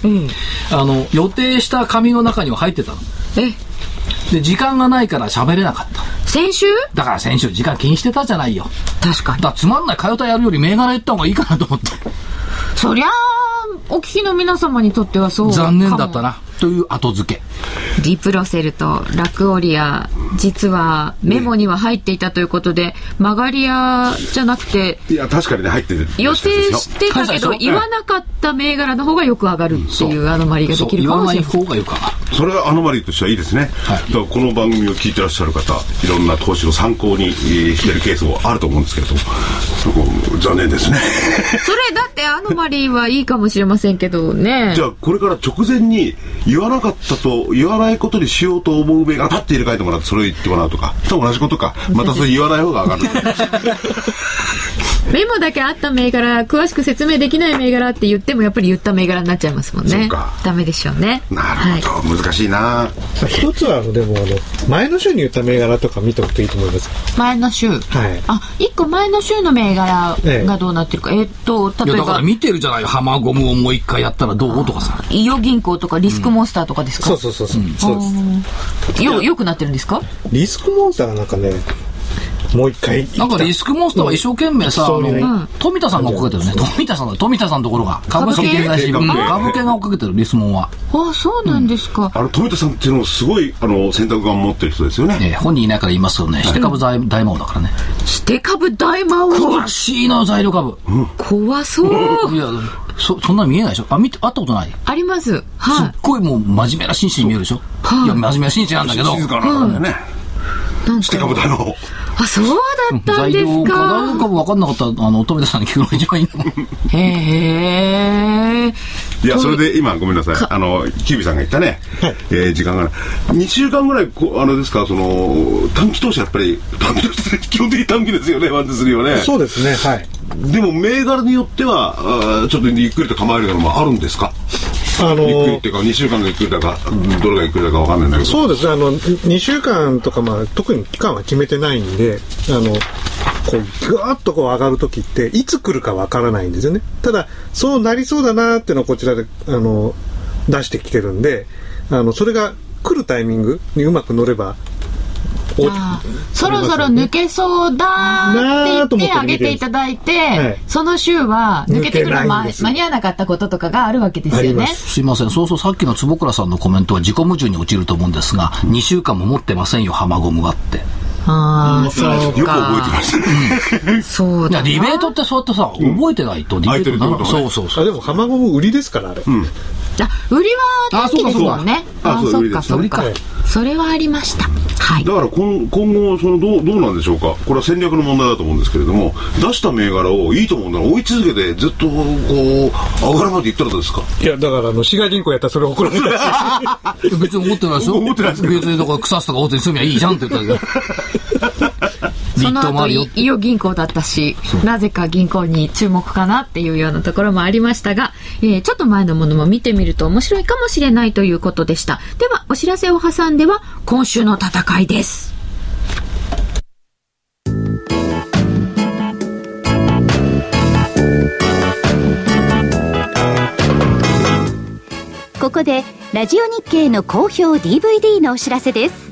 Speaker 2: あの予定した紙の中には入ってたの
Speaker 1: え、
Speaker 2: で時間がないから喋れなかった
Speaker 1: 先週
Speaker 2: だから先週時間気にしてたじゃないよ
Speaker 1: 確か
Speaker 2: だ
Speaker 1: に。
Speaker 2: からつまんない替え歌やるより銘柄やった方がいいかなと思って
Speaker 1: そりゃあ、お聞きの皆様にとってはそうかも
Speaker 2: 残念だった。なという後付け
Speaker 1: リプロセルとラクオリア、実はメモには入っていたということで、曲がり屋じゃなくて、
Speaker 5: いや確かにね入ってる
Speaker 1: 予定してたけど
Speaker 2: はい
Speaker 1: 言わなかった銘柄の方がよく上がるっていうアノマリが
Speaker 2: そ
Speaker 1: で
Speaker 2: う
Speaker 1: きる
Speaker 2: 言
Speaker 1: か
Speaker 2: わ
Speaker 1: も
Speaker 2: な
Speaker 1: し
Speaker 2: い
Speaker 1: れない。
Speaker 2: 方がいいかな
Speaker 5: それはアノマリーとしてはいいですね、
Speaker 2: はい
Speaker 5: だからこの番組を聞いてらっしゃる方いろんな投資の参考にえーしてるケースもあると思うんですけれどもそこ残念ですね
Speaker 1: それだってアノマリはいいかもしれませんけどね
Speaker 5: じ。ゃあこれから直前に言わなかったと言わないことにしようと思う銘柄パッて入れ替えてもらってそれを言ってもらうとかと同じことかまたそれ言わない方が上がる
Speaker 1: メモだけあった銘柄、詳しく説明できない銘柄って言ってもやっぱり言った銘柄になっちゃいますもん
Speaker 5: そ
Speaker 1: ね
Speaker 5: うか。
Speaker 1: ダメでしょうね。
Speaker 5: なる
Speaker 1: はい。
Speaker 5: ほど、難しいな
Speaker 4: さあ一つは、あの、でも、あの、前の週に言った銘柄とか見ておくといいと思います。
Speaker 1: 前の週。
Speaker 4: はい。
Speaker 1: あ、一個前の週の銘柄
Speaker 4: ええ
Speaker 1: がどうなってるか。えっと、
Speaker 2: いや
Speaker 1: 例え
Speaker 2: だから
Speaker 1: ば、
Speaker 2: 見てるじゃないよハマゴムをもう一回やったらどうとかさ
Speaker 1: 伊予銀行とかリスクモンスターとかです
Speaker 4: そ
Speaker 1: か
Speaker 4: うそうそうそう。そうです。
Speaker 1: よ、良くなってるんですか
Speaker 4: リスクモンスターがなんかね、もう一回行った。
Speaker 2: なんかリスクモンスターは一生懸命さ、
Speaker 4: そう
Speaker 2: あ
Speaker 4: ね
Speaker 2: の、富田さんが追っかけてるね。富田さんだ、富田さんのところが、株式経済新聞、
Speaker 5: 株系
Speaker 2: 株系が追っかけてる、リスモンは。
Speaker 1: あ、そうなんですか。
Speaker 5: あの富田さんっていうのもすごいあの選択眼持ってる人ですよね
Speaker 2: えー本人いないから言いますけどね、して株大大魔王だからね。
Speaker 1: して株大魔王
Speaker 2: 詳。しいな、材料株。
Speaker 1: 怖そう。
Speaker 2: いや、そ、そんな見えないでしょあ、見て、会ったことないす
Speaker 1: あります。はい
Speaker 2: っ。ごいもう真面目な紳士に見えるでしょ
Speaker 1: はい
Speaker 2: いや、真面目な紳士なんだけど、
Speaker 5: 静かな方だよね、
Speaker 1: なん
Speaker 5: 捨て
Speaker 1: か
Speaker 5: 株だの。
Speaker 1: あそうだったん
Speaker 2: 材
Speaker 1: で
Speaker 2: 料
Speaker 1: す
Speaker 2: か何
Speaker 1: か
Speaker 2: かも分かんなかったらあの、富田さんに聞くのが一番いいの か
Speaker 1: へえ
Speaker 5: いや、それで今、ごめんなさい。あの、キュービーさんが言ったね、えー時間がない。2週間ぐらい、こうあのですか、その、短期投資やっぱり、短期投資って基本的に短期ですよね、ワンツースリーはね。
Speaker 4: そうですね、はい。
Speaker 5: でも、銘柄によっては、あーちょっとゆっくりと構えるのもあるんですか
Speaker 4: あの
Speaker 5: ゆっくりっていうか、2週間がゆっくりだか、どれがゆっくりだかわかんないんだけど。
Speaker 4: そうですね、あの、2週間とか、まあ、特に期間は決めてないんで、あの、こう、ぐわっとこう上がるときって、いつ来るかわからないんですよね。ただ、そうなりそうだなーっていうのをこちらで、あの、出してきてるんで、あの、それが来るタイミングにうまく乗れば、お
Speaker 1: あそろそろ抜けそうだ
Speaker 4: な
Speaker 1: ー
Speaker 4: ー
Speaker 1: っ
Speaker 4: と
Speaker 1: て
Speaker 4: 思
Speaker 1: 言っ
Speaker 4: っ
Speaker 1: て
Speaker 4: て
Speaker 1: あげていただいて、
Speaker 4: はい
Speaker 1: その週は抜けてくる
Speaker 4: 抜けないん
Speaker 1: 間
Speaker 4: です
Speaker 1: 間に合わなかったこととかがあるわけですよ
Speaker 4: ありま
Speaker 1: ね。
Speaker 2: なすいませんそうそうさっきの坪倉さんのコメントは自己矛盾に陥ると思うんですが2週間も持ってませんよ浜ゴムはって
Speaker 1: ああ、そ
Speaker 5: よ
Speaker 1: う
Speaker 5: く覚えてま
Speaker 1: か。
Speaker 5: したね。
Speaker 1: そう
Speaker 2: い
Speaker 1: だ
Speaker 2: や
Speaker 1: な。
Speaker 2: ディベートってそうやってさ覚えてないとディベートになる
Speaker 5: 空いてるってことね
Speaker 2: そうそう そ
Speaker 4: あ
Speaker 2: う
Speaker 4: でも、浜ゴム売りですから、あれ。
Speaker 1: あ売りは
Speaker 2: あそうか
Speaker 1: 天気ですもんね。
Speaker 5: そうか
Speaker 1: あ
Speaker 5: あそう
Speaker 1: そっか、そ
Speaker 5: 売
Speaker 1: っ
Speaker 5: り
Speaker 1: か。それはありました。はい
Speaker 5: だ。から今今後そのどう、どうなんでしょうか、これは戦略の問題だと思うんですけれども、出した銘柄をいいと思うなら追い続けて、ずっとこう、上がるまでいったらどうですか、
Speaker 4: いや、だから、あの、滋賀銀行やったらそれ怒られる。
Speaker 2: 別に思ってないですよ
Speaker 5: 思ってないですけど
Speaker 2: 別にだから草津とか大手に住みゃいいじゃんって言 ったけど
Speaker 1: そ
Speaker 2: 一
Speaker 1: の
Speaker 2: 等もあ
Speaker 1: 後、
Speaker 2: るよ
Speaker 1: い伊予銀行だったし、なぜか銀行に注目かなっていうようなところもありましたが、えーちょっと前のものも見てみると面白いかもしれないということでした。では、お知らせを挟んでは、今週の戦いです。
Speaker 6: ここでラジオ日経の好評 DVD のお知らせです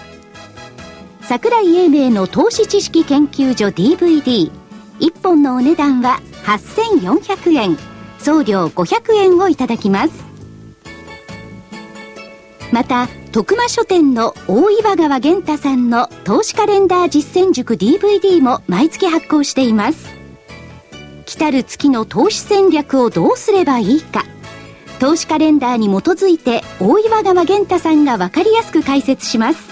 Speaker 6: 桜井英明の投資知識研究所 DVD1 本のお値段は8400円送料500円をいただきますまた徳間書店の大岩川源太さんの投資カレンダー実践塾 DVD も毎月発行しています来たる月の投資戦略をどうすればいいか投資カレンダーに基づいて大岩川源太さんが分かりやすく解説します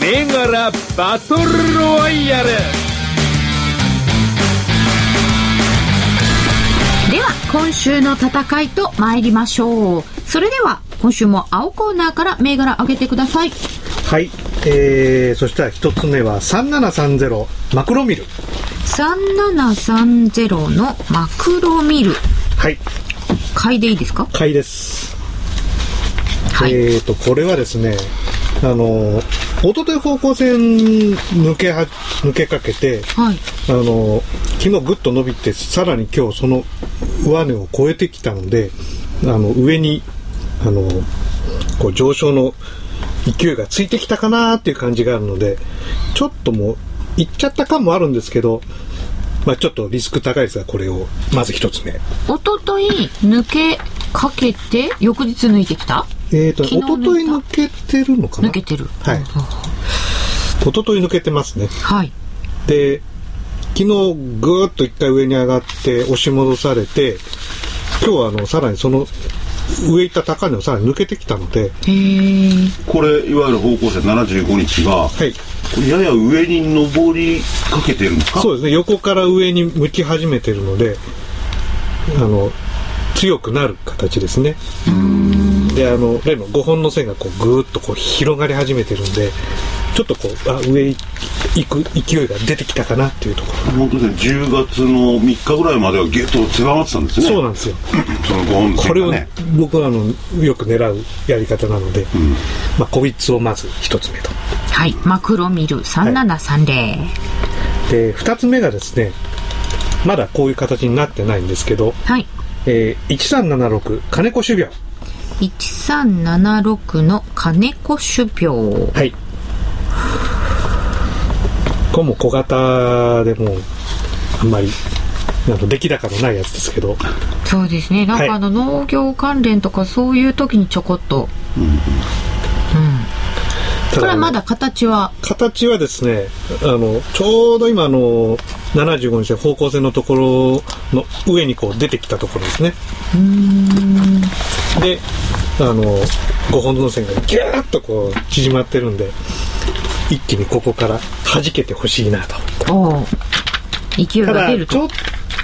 Speaker 7: 銘柄バトルロワイヤル
Speaker 1: では、今週の戦いと参りましょう。それでは、今週も青コーナーから銘柄上げてください。
Speaker 4: はい。えー、そしたら一つ目は、3730、マクロミル。
Speaker 1: 3730のマクロミル。
Speaker 4: はい。
Speaker 1: 買いでいいですか
Speaker 4: 買いです。
Speaker 1: はい。
Speaker 4: えー、とこれはですねあの一昨日方向線抜けは抜けかけて
Speaker 1: はい。
Speaker 4: あの昨日ぐっと伸びてさらに今日その上値を超えてきたのであの上にあのこう上昇の勢いがついてきたかなっていう感じがあるのでちょっともう行っちゃった感もあるんですけど、まあ、ちょっとリスク高いですがこれをまず一つ目。
Speaker 1: おととい抜けかけて翌日抜いてきた
Speaker 4: えー、と
Speaker 1: 昨
Speaker 4: 一
Speaker 1: 日抜
Speaker 4: 昨
Speaker 1: い
Speaker 4: 日
Speaker 1: た
Speaker 4: 抜けてるのかな
Speaker 1: 抜けてる
Speaker 4: はい一昨日抜けてますね
Speaker 1: はい
Speaker 4: で昨日ぐーっと一回上に上がって押し戻されて今日はあのさらにその上行った高値をさらに抜けてきたので、
Speaker 1: へえ
Speaker 5: これ、いわゆる方向性75日が、
Speaker 4: はい、
Speaker 5: これやや上に上りかけてるんですか、
Speaker 4: そうですね横から上に向き始めてるのであの強くなる形ですねであの例の5本の線がこうぐーっとこう広がり始めてるんでちょっとこうあ上行行く勢いが出てきたかなっていうところ、
Speaker 5: 本当ですね10月の3日ぐらいまではゲット狭まってたんですね
Speaker 4: そうなんですよ
Speaker 5: そのご本
Speaker 4: これ
Speaker 5: 線
Speaker 4: を
Speaker 5: がね
Speaker 4: 僕はあのよく狙うやり方なので、まあ、こいつをまず一つ目と
Speaker 1: はいマクロミル3730
Speaker 4: で二つ目がですねまだこういう形になってないんですけど、
Speaker 1: はい
Speaker 4: えー、1376金子種苗
Speaker 1: 1376の金子種苗
Speaker 4: はいこれも小型でもうあんまりなんか出来高のないやつですけど
Speaker 1: そうですねなん
Speaker 4: はい
Speaker 1: かあの農業関連とかそういう時にちょこっと
Speaker 4: た
Speaker 1: これは
Speaker 4: あの
Speaker 1: まだ形は
Speaker 4: 形はですねあのちょうど今あの75日の方向線のところの上にこう出てきたところですねであの5本の線がギューッとこう縮まってるんで一気にここから弾けてほしいなと
Speaker 1: おう勢いが
Speaker 4: ただ
Speaker 1: 出る
Speaker 4: ち
Speaker 1: と
Speaker 4: ょっ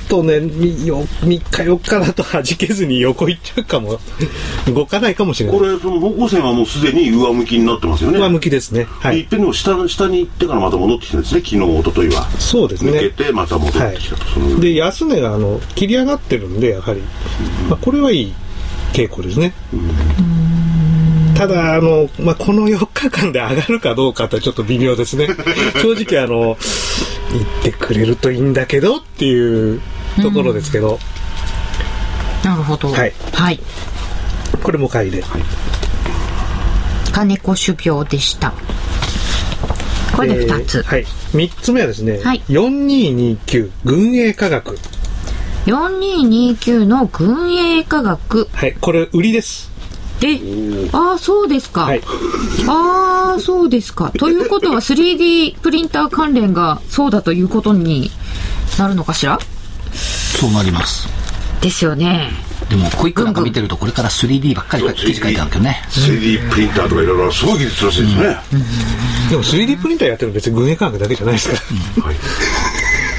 Speaker 4: とねみよ3日4日だと弾けずに横行っちゃうかも動かないかもしれな
Speaker 5: こ
Speaker 4: い
Speaker 5: れその方向線はもうすでに上向きになってますよね
Speaker 4: 上向きですねは
Speaker 5: でいっ
Speaker 4: い
Speaker 5: ぺんにも下の下に行ってからまた戻ってきてるんですね昨日一昨日は
Speaker 4: そうですね
Speaker 5: 抜けてまた戻ってきたと、その
Speaker 4: で安値があの切り上がってるんでやはり、まあ、これはいい傾向ですね、ただあの、まあ、この4日間で上がるかどうかってちょっと微妙で すね正直あの言ってくれるといいんだけどっていうところですけど、
Speaker 1: なるほど
Speaker 4: はい
Speaker 1: はい、
Speaker 4: これも買いで、
Speaker 1: 金子種苗でしたこれで2つ、
Speaker 4: えーはい、3つ目はですね、
Speaker 1: はい
Speaker 4: 4229軍営科学
Speaker 1: 4229の軍営科学
Speaker 4: はいこれ売りです
Speaker 1: でああそうですか、
Speaker 4: はい
Speaker 1: ああそうですかということは 3D プリンター関連がそうだということになるのかしら
Speaker 2: そうなります。
Speaker 1: ですよね
Speaker 2: でも、クイックなんか見てると、これから 3D ばっかり記事書いてあるけどね。
Speaker 5: 3D プリンターとかいろいろすごい技術らしいですね、
Speaker 4: でも 3D プリンターやってるの別に軍営科学だけじゃないですから
Speaker 5: はい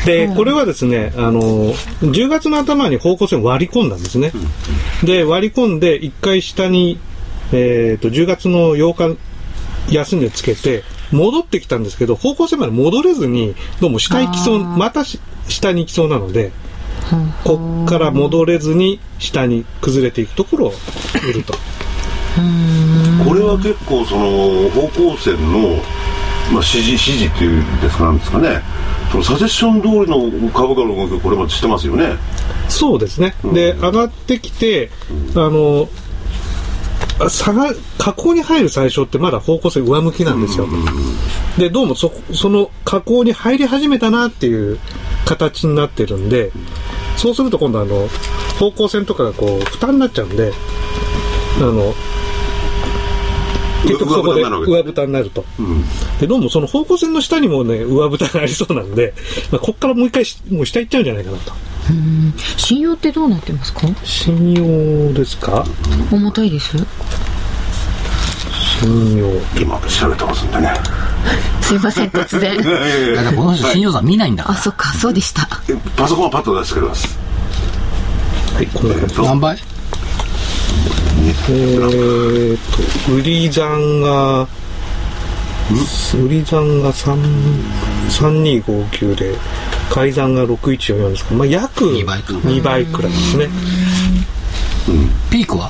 Speaker 4: で、これはですね、あの、10月の頭に方向線を割り込んだんですね。で、割り込んで、一回下に、えっ、と、10月の8日、安値つけて、戻ってきたんですけど、方向線まで戻れずに、どうも下行きそう、またし下に行きそうなので、こっから戻れずに、下に崩れていくところを売ると。
Speaker 5: これは結構その方向線の、まあ、指示指示っていうんですかなんですかねそのサジェッション通りの株価の動きをこれまでしてますよね
Speaker 4: そうですね。で、上がってきて、あの、あ下が、下降に入る最初ってまだ方向性上向きなんですよ。で、どうもそ、その下降に入り始めたなっていう形になってるんで、そうすると今度あの、方向線とかがこう、負担になっちゃうんで、あの、結局そこで
Speaker 5: 上蓋になる
Speaker 4: 上
Speaker 5: わけです
Speaker 4: 蓋になると。で、どうもその方向線の下にもね、上蓋がありそうなんで、まあ、こっからもう一回し、もう下行っちゃうんじゃないかなと。
Speaker 1: 信用ってどうなってますか
Speaker 4: 信用ですか
Speaker 1: 重たいです
Speaker 4: 信用
Speaker 5: 今調べてますんでね
Speaker 1: すいません突然
Speaker 2: だからこの人、信用算見ないんだか
Speaker 1: あそっかそうでした
Speaker 5: えパソコンはパッと出してくれます
Speaker 4: はいこんな感じ
Speaker 2: ら。何倍
Speaker 4: えーっと売り算が売り算が3 3259で改ざんが6144ですかまあ約
Speaker 2: 二倍か
Speaker 4: 2倍くらいですね
Speaker 2: ピークは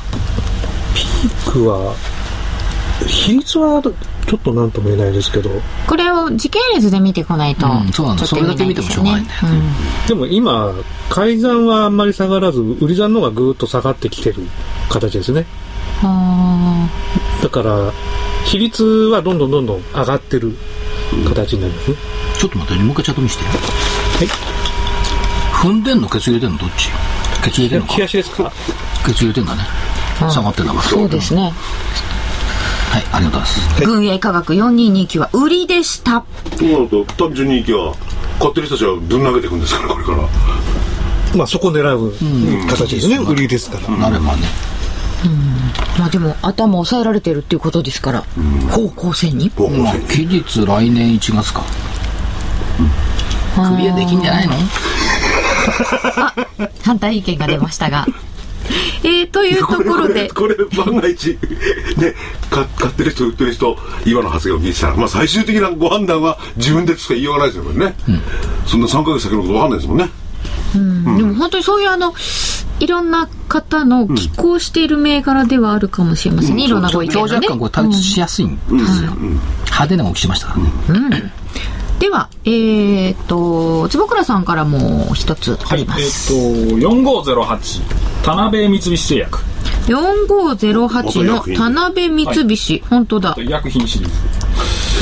Speaker 4: 僕は比率はちょっと何とも言えないですけど
Speaker 1: これを時系列で見てこないと、
Speaker 2: うんそうなの
Speaker 1: ちょっと意味いですよね
Speaker 2: それだけ見てもしょ
Speaker 1: うん
Speaker 4: でも今改ざんはあんまり下がらず売り算の方がぐーっと下がってきてる形ですね
Speaker 1: あ
Speaker 4: だから比率はどんどんどんどん上がってる形になりますね
Speaker 2: ちょっと待って、もう一回チャット見して。
Speaker 4: い
Speaker 2: 踏んでんのケツ入れてんのどっちケツ入れてんのか
Speaker 4: 冷やしですか
Speaker 2: ケツ入れてんだね。下がってんだから。
Speaker 1: ーそうですね
Speaker 2: はい、ありがとうございます。
Speaker 1: 軍営科学4229は売りでした
Speaker 5: そうなると単純に行きは買ってる人たちはぶん投げていくんですからこれから
Speaker 4: まあそこ狙う形ですね、売りですから、
Speaker 2: なればね。
Speaker 1: まあでも頭を抑えられてるっていうことですから、方向線に
Speaker 5: 方向
Speaker 2: まあ
Speaker 5: 線、
Speaker 2: 期日来年1月か。クリアできんじゃないの
Speaker 1: 反対意 見 が出ましたがえー、というところで
Speaker 5: これこれ万が一ねか買ってる人売ってる人今の発言を聞いてたら、まあ、最終的なご判断は自分でしか言いようがないですよこれね、そんな3か月先のこと分かんないですもんね
Speaker 1: でも本当にそういうあの、いろんな方の寄稿している銘柄ではあるかもしれませんね。いろんなご意見
Speaker 2: 長
Speaker 1: が
Speaker 2: 若
Speaker 1: ね。
Speaker 2: 干こう退屈しやすいんですよ、派手な動きしましたからね、
Speaker 1: では、えっ、と、坪倉さんからも一つあります。
Speaker 3: えっ、と4508田辺三菱製薬
Speaker 1: 4508の田辺三菱、本当だ
Speaker 3: と。医薬品シリーズ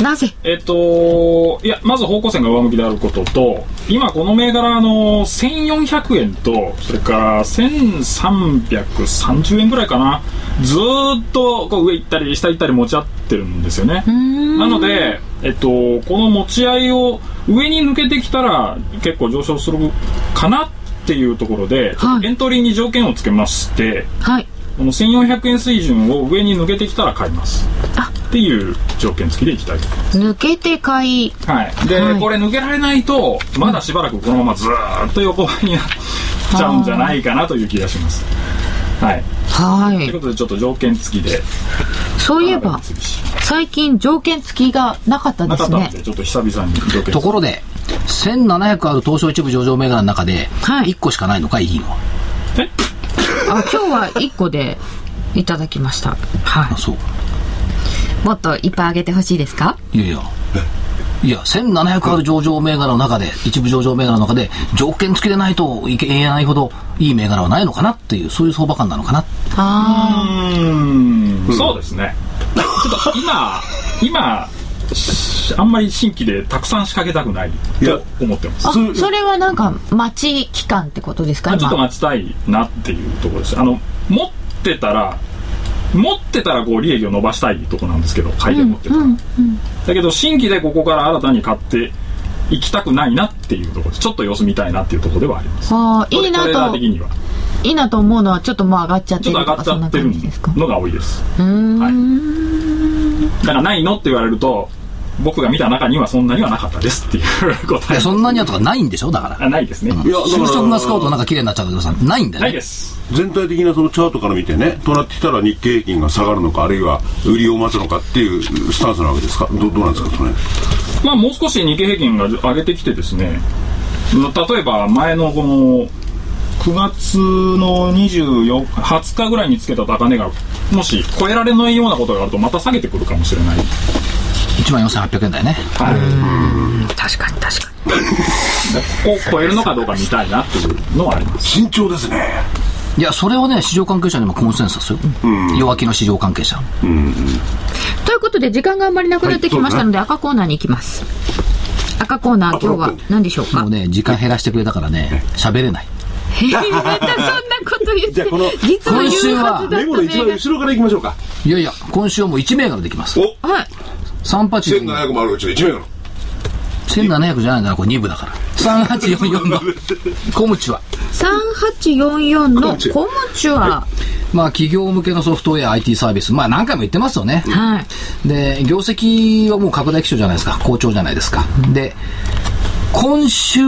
Speaker 1: なぜ
Speaker 3: えっと、いや、まず方向性が上向きであることと、今この銘柄、あの、1400円と、それから1330円ぐらいかな、ずーっとこう上行ったり下行ったり持ち合ってるんですよね。なので、えっと、この持ち合いを上に抜けてきたら結構上昇するかなっていうところで、ちょっとエントリーに条件をつけまして、
Speaker 1: はい。
Speaker 3: この1400円水準を上に抜けてきたら買います。っていう条件付きでいきたいと思います。
Speaker 1: 抜けて買い。
Speaker 3: はい、で、
Speaker 1: はい
Speaker 3: これ抜けられないとまだしばらくこのままずーっと横ばいになっちゃうんじゃないかなという気がします。はい、
Speaker 1: は
Speaker 3: という
Speaker 1: い。
Speaker 3: ことでちょっと条件付きで
Speaker 1: そういえば、
Speaker 3: 次
Speaker 1: 最近条件付きがなかったで
Speaker 3: なかっ
Speaker 1: す
Speaker 3: た
Speaker 1: ね
Speaker 3: の。でちょっと久々に条件付
Speaker 2: と
Speaker 3: き
Speaker 2: ころで1700ある東証一部上場銘柄の中で
Speaker 1: はい
Speaker 2: 1個しかないのかいいのは、
Speaker 3: え
Speaker 1: あ、今日は1個でいただきました。は
Speaker 2: あそう
Speaker 1: い。もっといっぱいあげてほしいですか
Speaker 2: いやいやいや1700ある上場銘柄の中で一部上場銘柄の中で条件付きでないといけ言えないほどいい銘柄はないのかなっていうそういう相場感なのかな
Speaker 1: あ
Speaker 3: うーんそうですねちょっと今今しあんまり新規でたくさん仕掛けたくない
Speaker 5: いや
Speaker 3: と思ってます
Speaker 1: あ。あ、それはなんか待ち期間ってことですか
Speaker 3: まあちょっと
Speaker 1: 今。
Speaker 3: 待ちたいなっていうところですあの持ってたら持ってたらこう利益を伸ばしたいとこなんですけど買いで持ってたら、だけど新規でここから新たに買っていきたくないなっていうところですちょっと様子見たいなっていうところではあります
Speaker 1: あーいいな
Speaker 3: トレーダー
Speaker 1: と、
Speaker 3: 的
Speaker 1: い
Speaker 3: にはい
Speaker 1: なと思うのはちょっともう上がっちゃって
Speaker 3: ちょ
Speaker 1: る
Speaker 3: っと
Speaker 1: と
Speaker 3: 上が
Speaker 1: か
Speaker 3: っち
Speaker 1: そん
Speaker 3: ゃ
Speaker 1: な
Speaker 3: ってる
Speaker 1: 感じですか。
Speaker 3: のが多いです
Speaker 1: うーん。
Speaker 3: だからないのって言われると僕が見た中にはそんなにはなかったですっていう
Speaker 2: い
Speaker 3: 答え
Speaker 2: やそんなにあとかないんでしょだから
Speaker 3: あないですね、
Speaker 5: いやだから
Speaker 2: 就職がスカウトなんか綺麗になっちゃうけどさないんだよ
Speaker 3: ない
Speaker 2: ね
Speaker 3: です
Speaker 5: 全体的なそのチャートから見てねとなってきたら日経平均が下がるのかあるいは売りを待つのかっていうスタンスなわけですかどどうなんですかそれ
Speaker 3: まあ、もう少し日経平均が上げてきてですねまあ例えば前のこの9月の24 20日ぐらいにつけた高値がもし超えられないようなことがあるとまた下げてくるかもしれない、
Speaker 2: 1万4800円台ね
Speaker 3: はい、
Speaker 1: 確かに確かに。
Speaker 3: を超えるのかどうか見たいなっていうのはあります
Speaker 5: 慎重ですね
Speaker 2: いやそれをね市場関係者にもコンセンサスよ、弱気の市場関係者
Speaker 1: ということで時間があんまりなくなってきましたので、赤コーナーに行きます。赤コーナー今日は何でしょうか
Speaker 2: も うね時間減らしてくれたからね喋れない
Speaker 1: えーまたそんなこと言っ
Speaker 5: じ
Speaker 1: て
Speaker 5: ゃあこの、
Speaker 1: 実は言うはずだ
Speaker 5: メ
Speaker 1: っ
Speaker 5: モ
Speaker 1: た
Speaker 5: の
Speaker 1: 銘
Speaker 5: 一番
Speaker 1: 柄。
Speaker 5: 後ろからいきましょうか
Speaker 2: いやいや今週はもう1銘柄できます
Speaker 5: お
Speaker 1: はい。
Speaker 2: 381
Speaker 5: 1700もあるうちの1名の
Speaker 2: 1700じゃないんだなこれ2部だから3844のコムチュア
Speaker 1: 3844のコムチュア。
Speaker 2: まあ企業向けのソフトウェア IT サービスまあ何回も言ってますよね、
Speaker 1: はい。
Speaker 2: で業績はもう拡大基調じゃないですか好調じゃないですか、で今週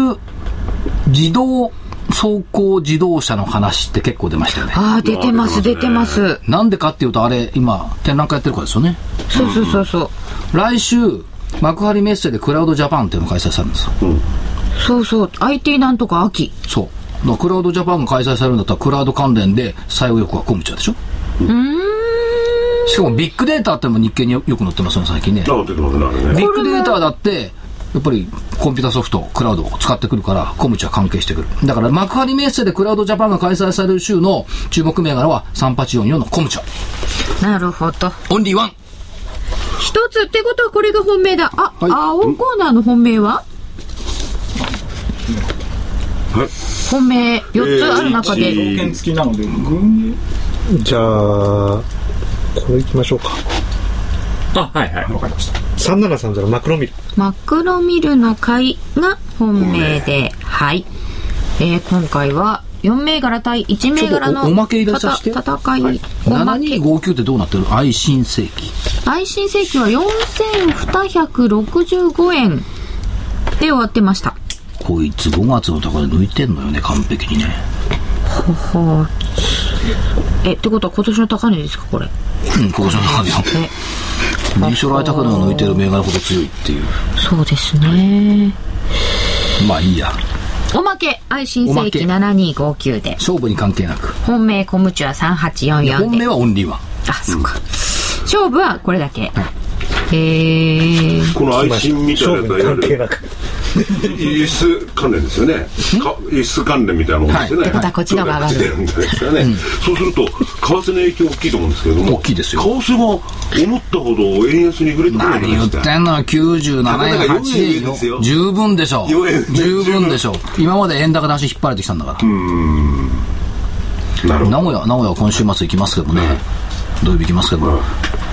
Speaker 2: 自動走行自動車の話って結構出ましたよね
Speaker 1: ああ、出てます、出てます。
Speaker 2: なんでかっていうとあれ今展覧会やってるからですよね
Speaker 1: そうそうそうそう。
Speaker 2: 来週幕張メッセでクラウドジャパンっていうのが開催されるんですよ
Speaker 1: そうそう。IT なんとか秋。
Speaker 2: そうだからクラウドジャパンが開催されるんだったらクラウド関連で採用欲が込むちゃうでしょしかもビッグデータってのも日経によよく載ってますよね最近ね
Speaker 5: あ出てますねあれ
Speaker 2: ビ
Speaker 5: ね
Speaker 2: ッグデータだって、やっぱりコンピュータソフト、クラウドを使ってくるから、コムチは関係してくる。だから幕張メッセでクラウドジャパンが開催される週の注目銘柄は3844のコムチャ。
Speaker 1: なるほど。
Speaker 2: オンリーワン。
Speaker 1: 一つってことはこれが本命だ。あ、
Speaker 2: はい
Speaker 1: 青コーナーの本命は
Speaker 5: はい
Speaker 1: 本命4つある中
Speaker 5: え
Speaker 1: で。
Speaker 5: ー
Speaker 3: 条件付きなので軍
Speaker 4: じゃあ、これいきましょうか。
Speaker 3: あはいはいわかりました
Speaker 4: 3730マクロミル。
Speaker 1: マクロミルの会が本命で。はい。えー、今回は4銘柄対1銘柄の
Speaker 2: ちょっとおおまけ入れさせて
Speaker 1: たた戦い。おまけ
Speaker 2: 7259ってどうなってる愛心正規。
Speaker 1: 配信請求は4265円で終わってました。
Speaker 2: こいつ5月の高値抜いてんのよね、完璧にね。
Speaker 1: はあ、え、ってことは今年の高値ですか、これ。
Speaker 2: うん、ここじゃないよ。入賞来高値を抜いてる銘柄ほど強いっていう。
Speaker 1: そうですね。
Speaker 2: まあいいや。
Speaker 1: おまけ、愛新世紀
Speaker 2: お
Speaker 1: 7259で。
Speaker 2: 勝負に関係なく。
Speaker 1: 本命コムチュア
Speaker 2: いや本
Speaker 1: 3844で
Speaker 2: 命。はオンリーワン。
Speaker 1: あ、そうか。勝負はこれだけ。えー、
Speaker 5: この愛心みたいな
Speaker 4: 勝
Speaker 5: や
Speaker 4: 負
Speaker 5: つ
Speaker 4: に関係
Speaker 5: はいわ
Speaker 4: なく
Speaker 5: ゆる輸出関連ですよねか輸出関連みたいなもんです
Speaker 1: はい
Speaker 5: よね、
Speaker 1: ってことはこっちの方が上がる
Speaker 5: 出るんですよね、そうすると為替の影響大きいと思うんですけれども
Speaker 2: 大きいですよ
Speaker 5: 為替も思ったほど円安に触れてこな
Speaker 2: 何
Speaker 5: いじゃな
Speaker 2: 言
Speaker 5: い
Speaker 2: っ
Speaker 5: です
Speaker 2: て
Speaker 5: か
Speaker 2: んのよ、97円、
Speaker 5: だから
Speaker 2: 8円
Speaker 5: 4円です
Speaker 2: よ。
Speaker 5: よ
Speaker 2: 十分でしょ
Speaker 5: 4円。ね
Speaker 2: 十分でしょ。今まで円高の足引っ張られてきたんだから。
Speaker 5: なるほど
Speaker 2: 名古屋、名古屋は今週末行きますけどね。土曜日行きますけど、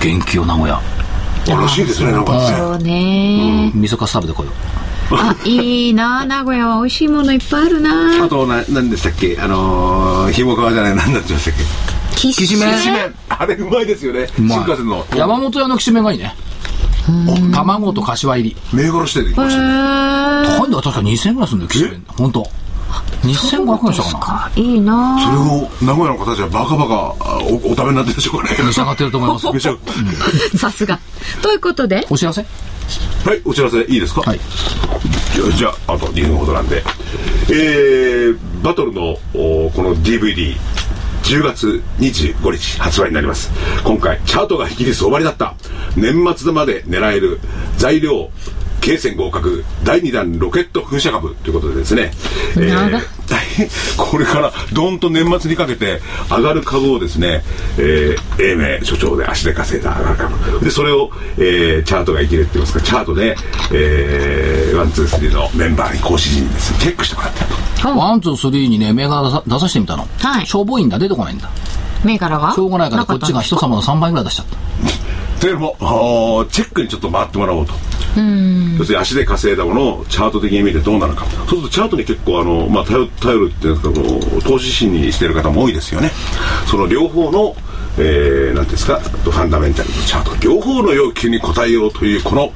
Speaker 2: 元気よ名古屋。
Speaker 5: あらしいですねなんかね
Speaker 1: そうね。
Speaker 2: 味噌カツ食べてこよ
Speaker 1: あ、いいな名古屋は美味しいものいっぱいあるな
Speaker 5: あとな何でしたっけあのー、ひもかわじゃない何だって言いましたっけ
Speaker 1: き
Speaker 2: きしめん
Speaker 5: きしめんあれうまいですよね
Speaker 2: う。
Speaker 5: 新幹線の
Speaker 2: 山本屋のきしめんがいいね。卵と柏入り。
Speaker 5: 銘柄してできましたね
Speaker 2: 高いんだよ確か2000円ぐらいするんだよ、きしめん。ほんと。2500円したかな。
Speaker 1: いいな
Speaker 5: それを名古屋の方たちはバカバカあおお食べになってるでしょうかね
Speaker 2: 召し上がってると思い ます。
Speaker 5: 召し上が
Speaker 1: さすが。ということで、
Speaker 2: お知らせ
Speaker 5: はいお知らせいいですか
Speaker 2: はい
Speaker 5: じゃあじゃああと2分ほどなんでえー、バトルのおこの DVD 10月25日発売になります今回チャートがイギリス終わりだった年末まで狙える材料経線合格第2弾ロケット噴射株ということでですね、えー
Speaker 1: 長っ
Speaker 5: 大変これからどんと年末にかけて上がる株をですね、えー、英明所長で足で稼いだ上がる株でそれを、えー、チャートが生きるって言いますかチャートで、えー、ワンツースリーのメンバーに講師陣にですねチェックしてもらったと
Speaker 2: ワン、ツー、スリーにね、銘柄出さ出させてみたの。
Speaker 1: はい
Speaker 2: しょぼいんだ、出てこないんだ。
Speaker 1: 銘柄が
Speaker 2: しょうがないから、こっちが人様の3倍ぐらい出しちゃった。
Speaker 5: というのもあーチェックにちょっと回ってもらおうと要するに足で稼いだものをチャート的に見てどうなのかそうするとチャートに結構あの、まあ、頼頼るっていうんですかこう投資信にしてる方も多いですよねその両方の、えー、なんていうんですかファンダメンタルとチャート両方の要求に応えようというこの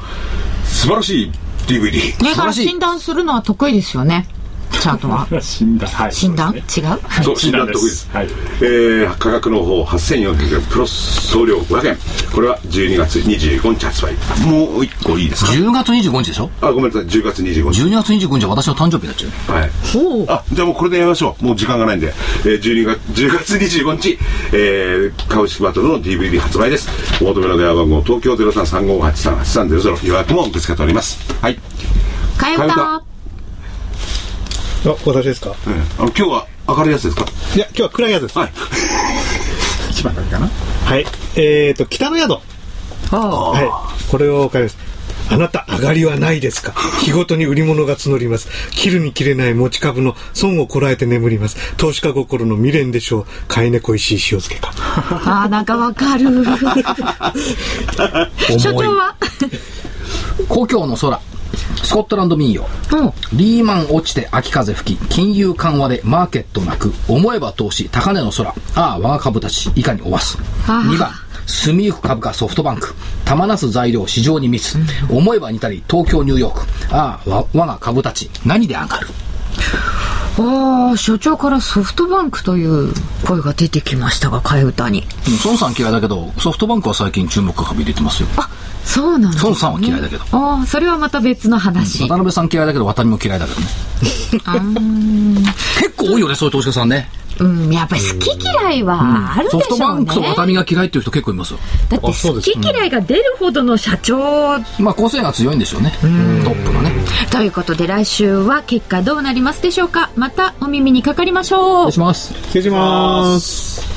Speaker 5: 素晴らしい DVD
Speaker 1: 銘柄
Speaker 2: 素晴らしい
Speaker 1: 診断するのは得意ですよね。チャー トは。
Speaker 3: 死んだはい
Speaker 1: 診断、
Speaker 3: そうですね
Speaker 1: 違う
Speaker 5: そう、
Speaker 3: 診
Speaker 5: 診
Speaker 3: 断
Speaker 5: 断
Speaker 3: です
Speaker 5: 得意です。
Speaker 3: はい
Speaker 5: えー価格の方8400円、プロス送料500円。これは12月25日発売。もう一個いいですか
Speaker 2: 10月25日でしょ
Speaker 5: あ、ごめんなさい、10月25日。
Speaker 2: 12月25日は私の誕生日になっちゃうよ
Speaker 5: はい。
Speaker 1: ほう。
Speaker 5: あ、じゃあもうこれでやめましょう。もう時間がないんで。えー12月、10月25日、えー、株式バトルの DVD 発売です。お求めの電話番号、東京0335838300。予約も受け付けております。はい。
Speaker 1: 替え
Speaker 5: 替
Speaker 1: 歌
Speaker 5: え歌。
Speaker 4: あ私ですか
Speaker 5: えーあの、今日は明るいやつですか
Speaker 4: いや今日は暗いやつです
Speaker 5: はい。一番明るいかな
Speaker 4: はいえっ、ー、と北の宿はいこれをお借りしますあなた上がりはないですか日ごとに売り物が募ります切るに切れない持ち株の損をこらえて眠ります投資家心の未練でしょう飼い猫石井塩漬けか
Speaker 1: あー、なんかわかる。所長は
Speaker 2: 故郷の空。スコットランド民謡。
Speaker 1: うん。
Speaker 2: リーマン落ちて秋風吹き、金融緩和でマーケットなく、思えば投資、高値の空、ああ、我が株たち、いかにおわす。
Speaker 1: ああ
Speaker 2: 2番、住ゆく株価ソフトバンク、玉なす材料、市場に密、思えば似たり、東京、ニューヨーク、ああ、わ我が株たち、何で上がる
Speaker 1: あー、所長からソフトバンクという声が出てきましたが、替え歌に。
Speaker 2: うん孫さん嫌いだけど、ソフトバンクは最近注目株入れてますよ。
Speaker 1: あ、そうなんですね。
Speaker 2: 孫さんは嫌いだけど。
Speaker 1: ああ、それはまた別の話。
Speaker 2: 渡辺さん嫌いだけど、渡りも嫌いだ けどね。結構多いよね、そういう投資家さんね。
Speaker 1: うん、やっぱり好き嫌いはあるでしょ
Speaker 2: ソフ
Speaker 1: うね。
Speaker 2: トバンクと渡りが嫌いっていう人結構いますよ。
Speaker 1: だって好き嫌いが出るほどの社長
Speaker 2: まあ、個性が強いんでしょうね。トップのね。
Speaker 1: ということで来週は結果どうなりますでしょうかまたお耳にかかりましょ
Speaker 2: お願
Speaker 1: う
Speaker 2: いします。
Speaker 4: 失礼します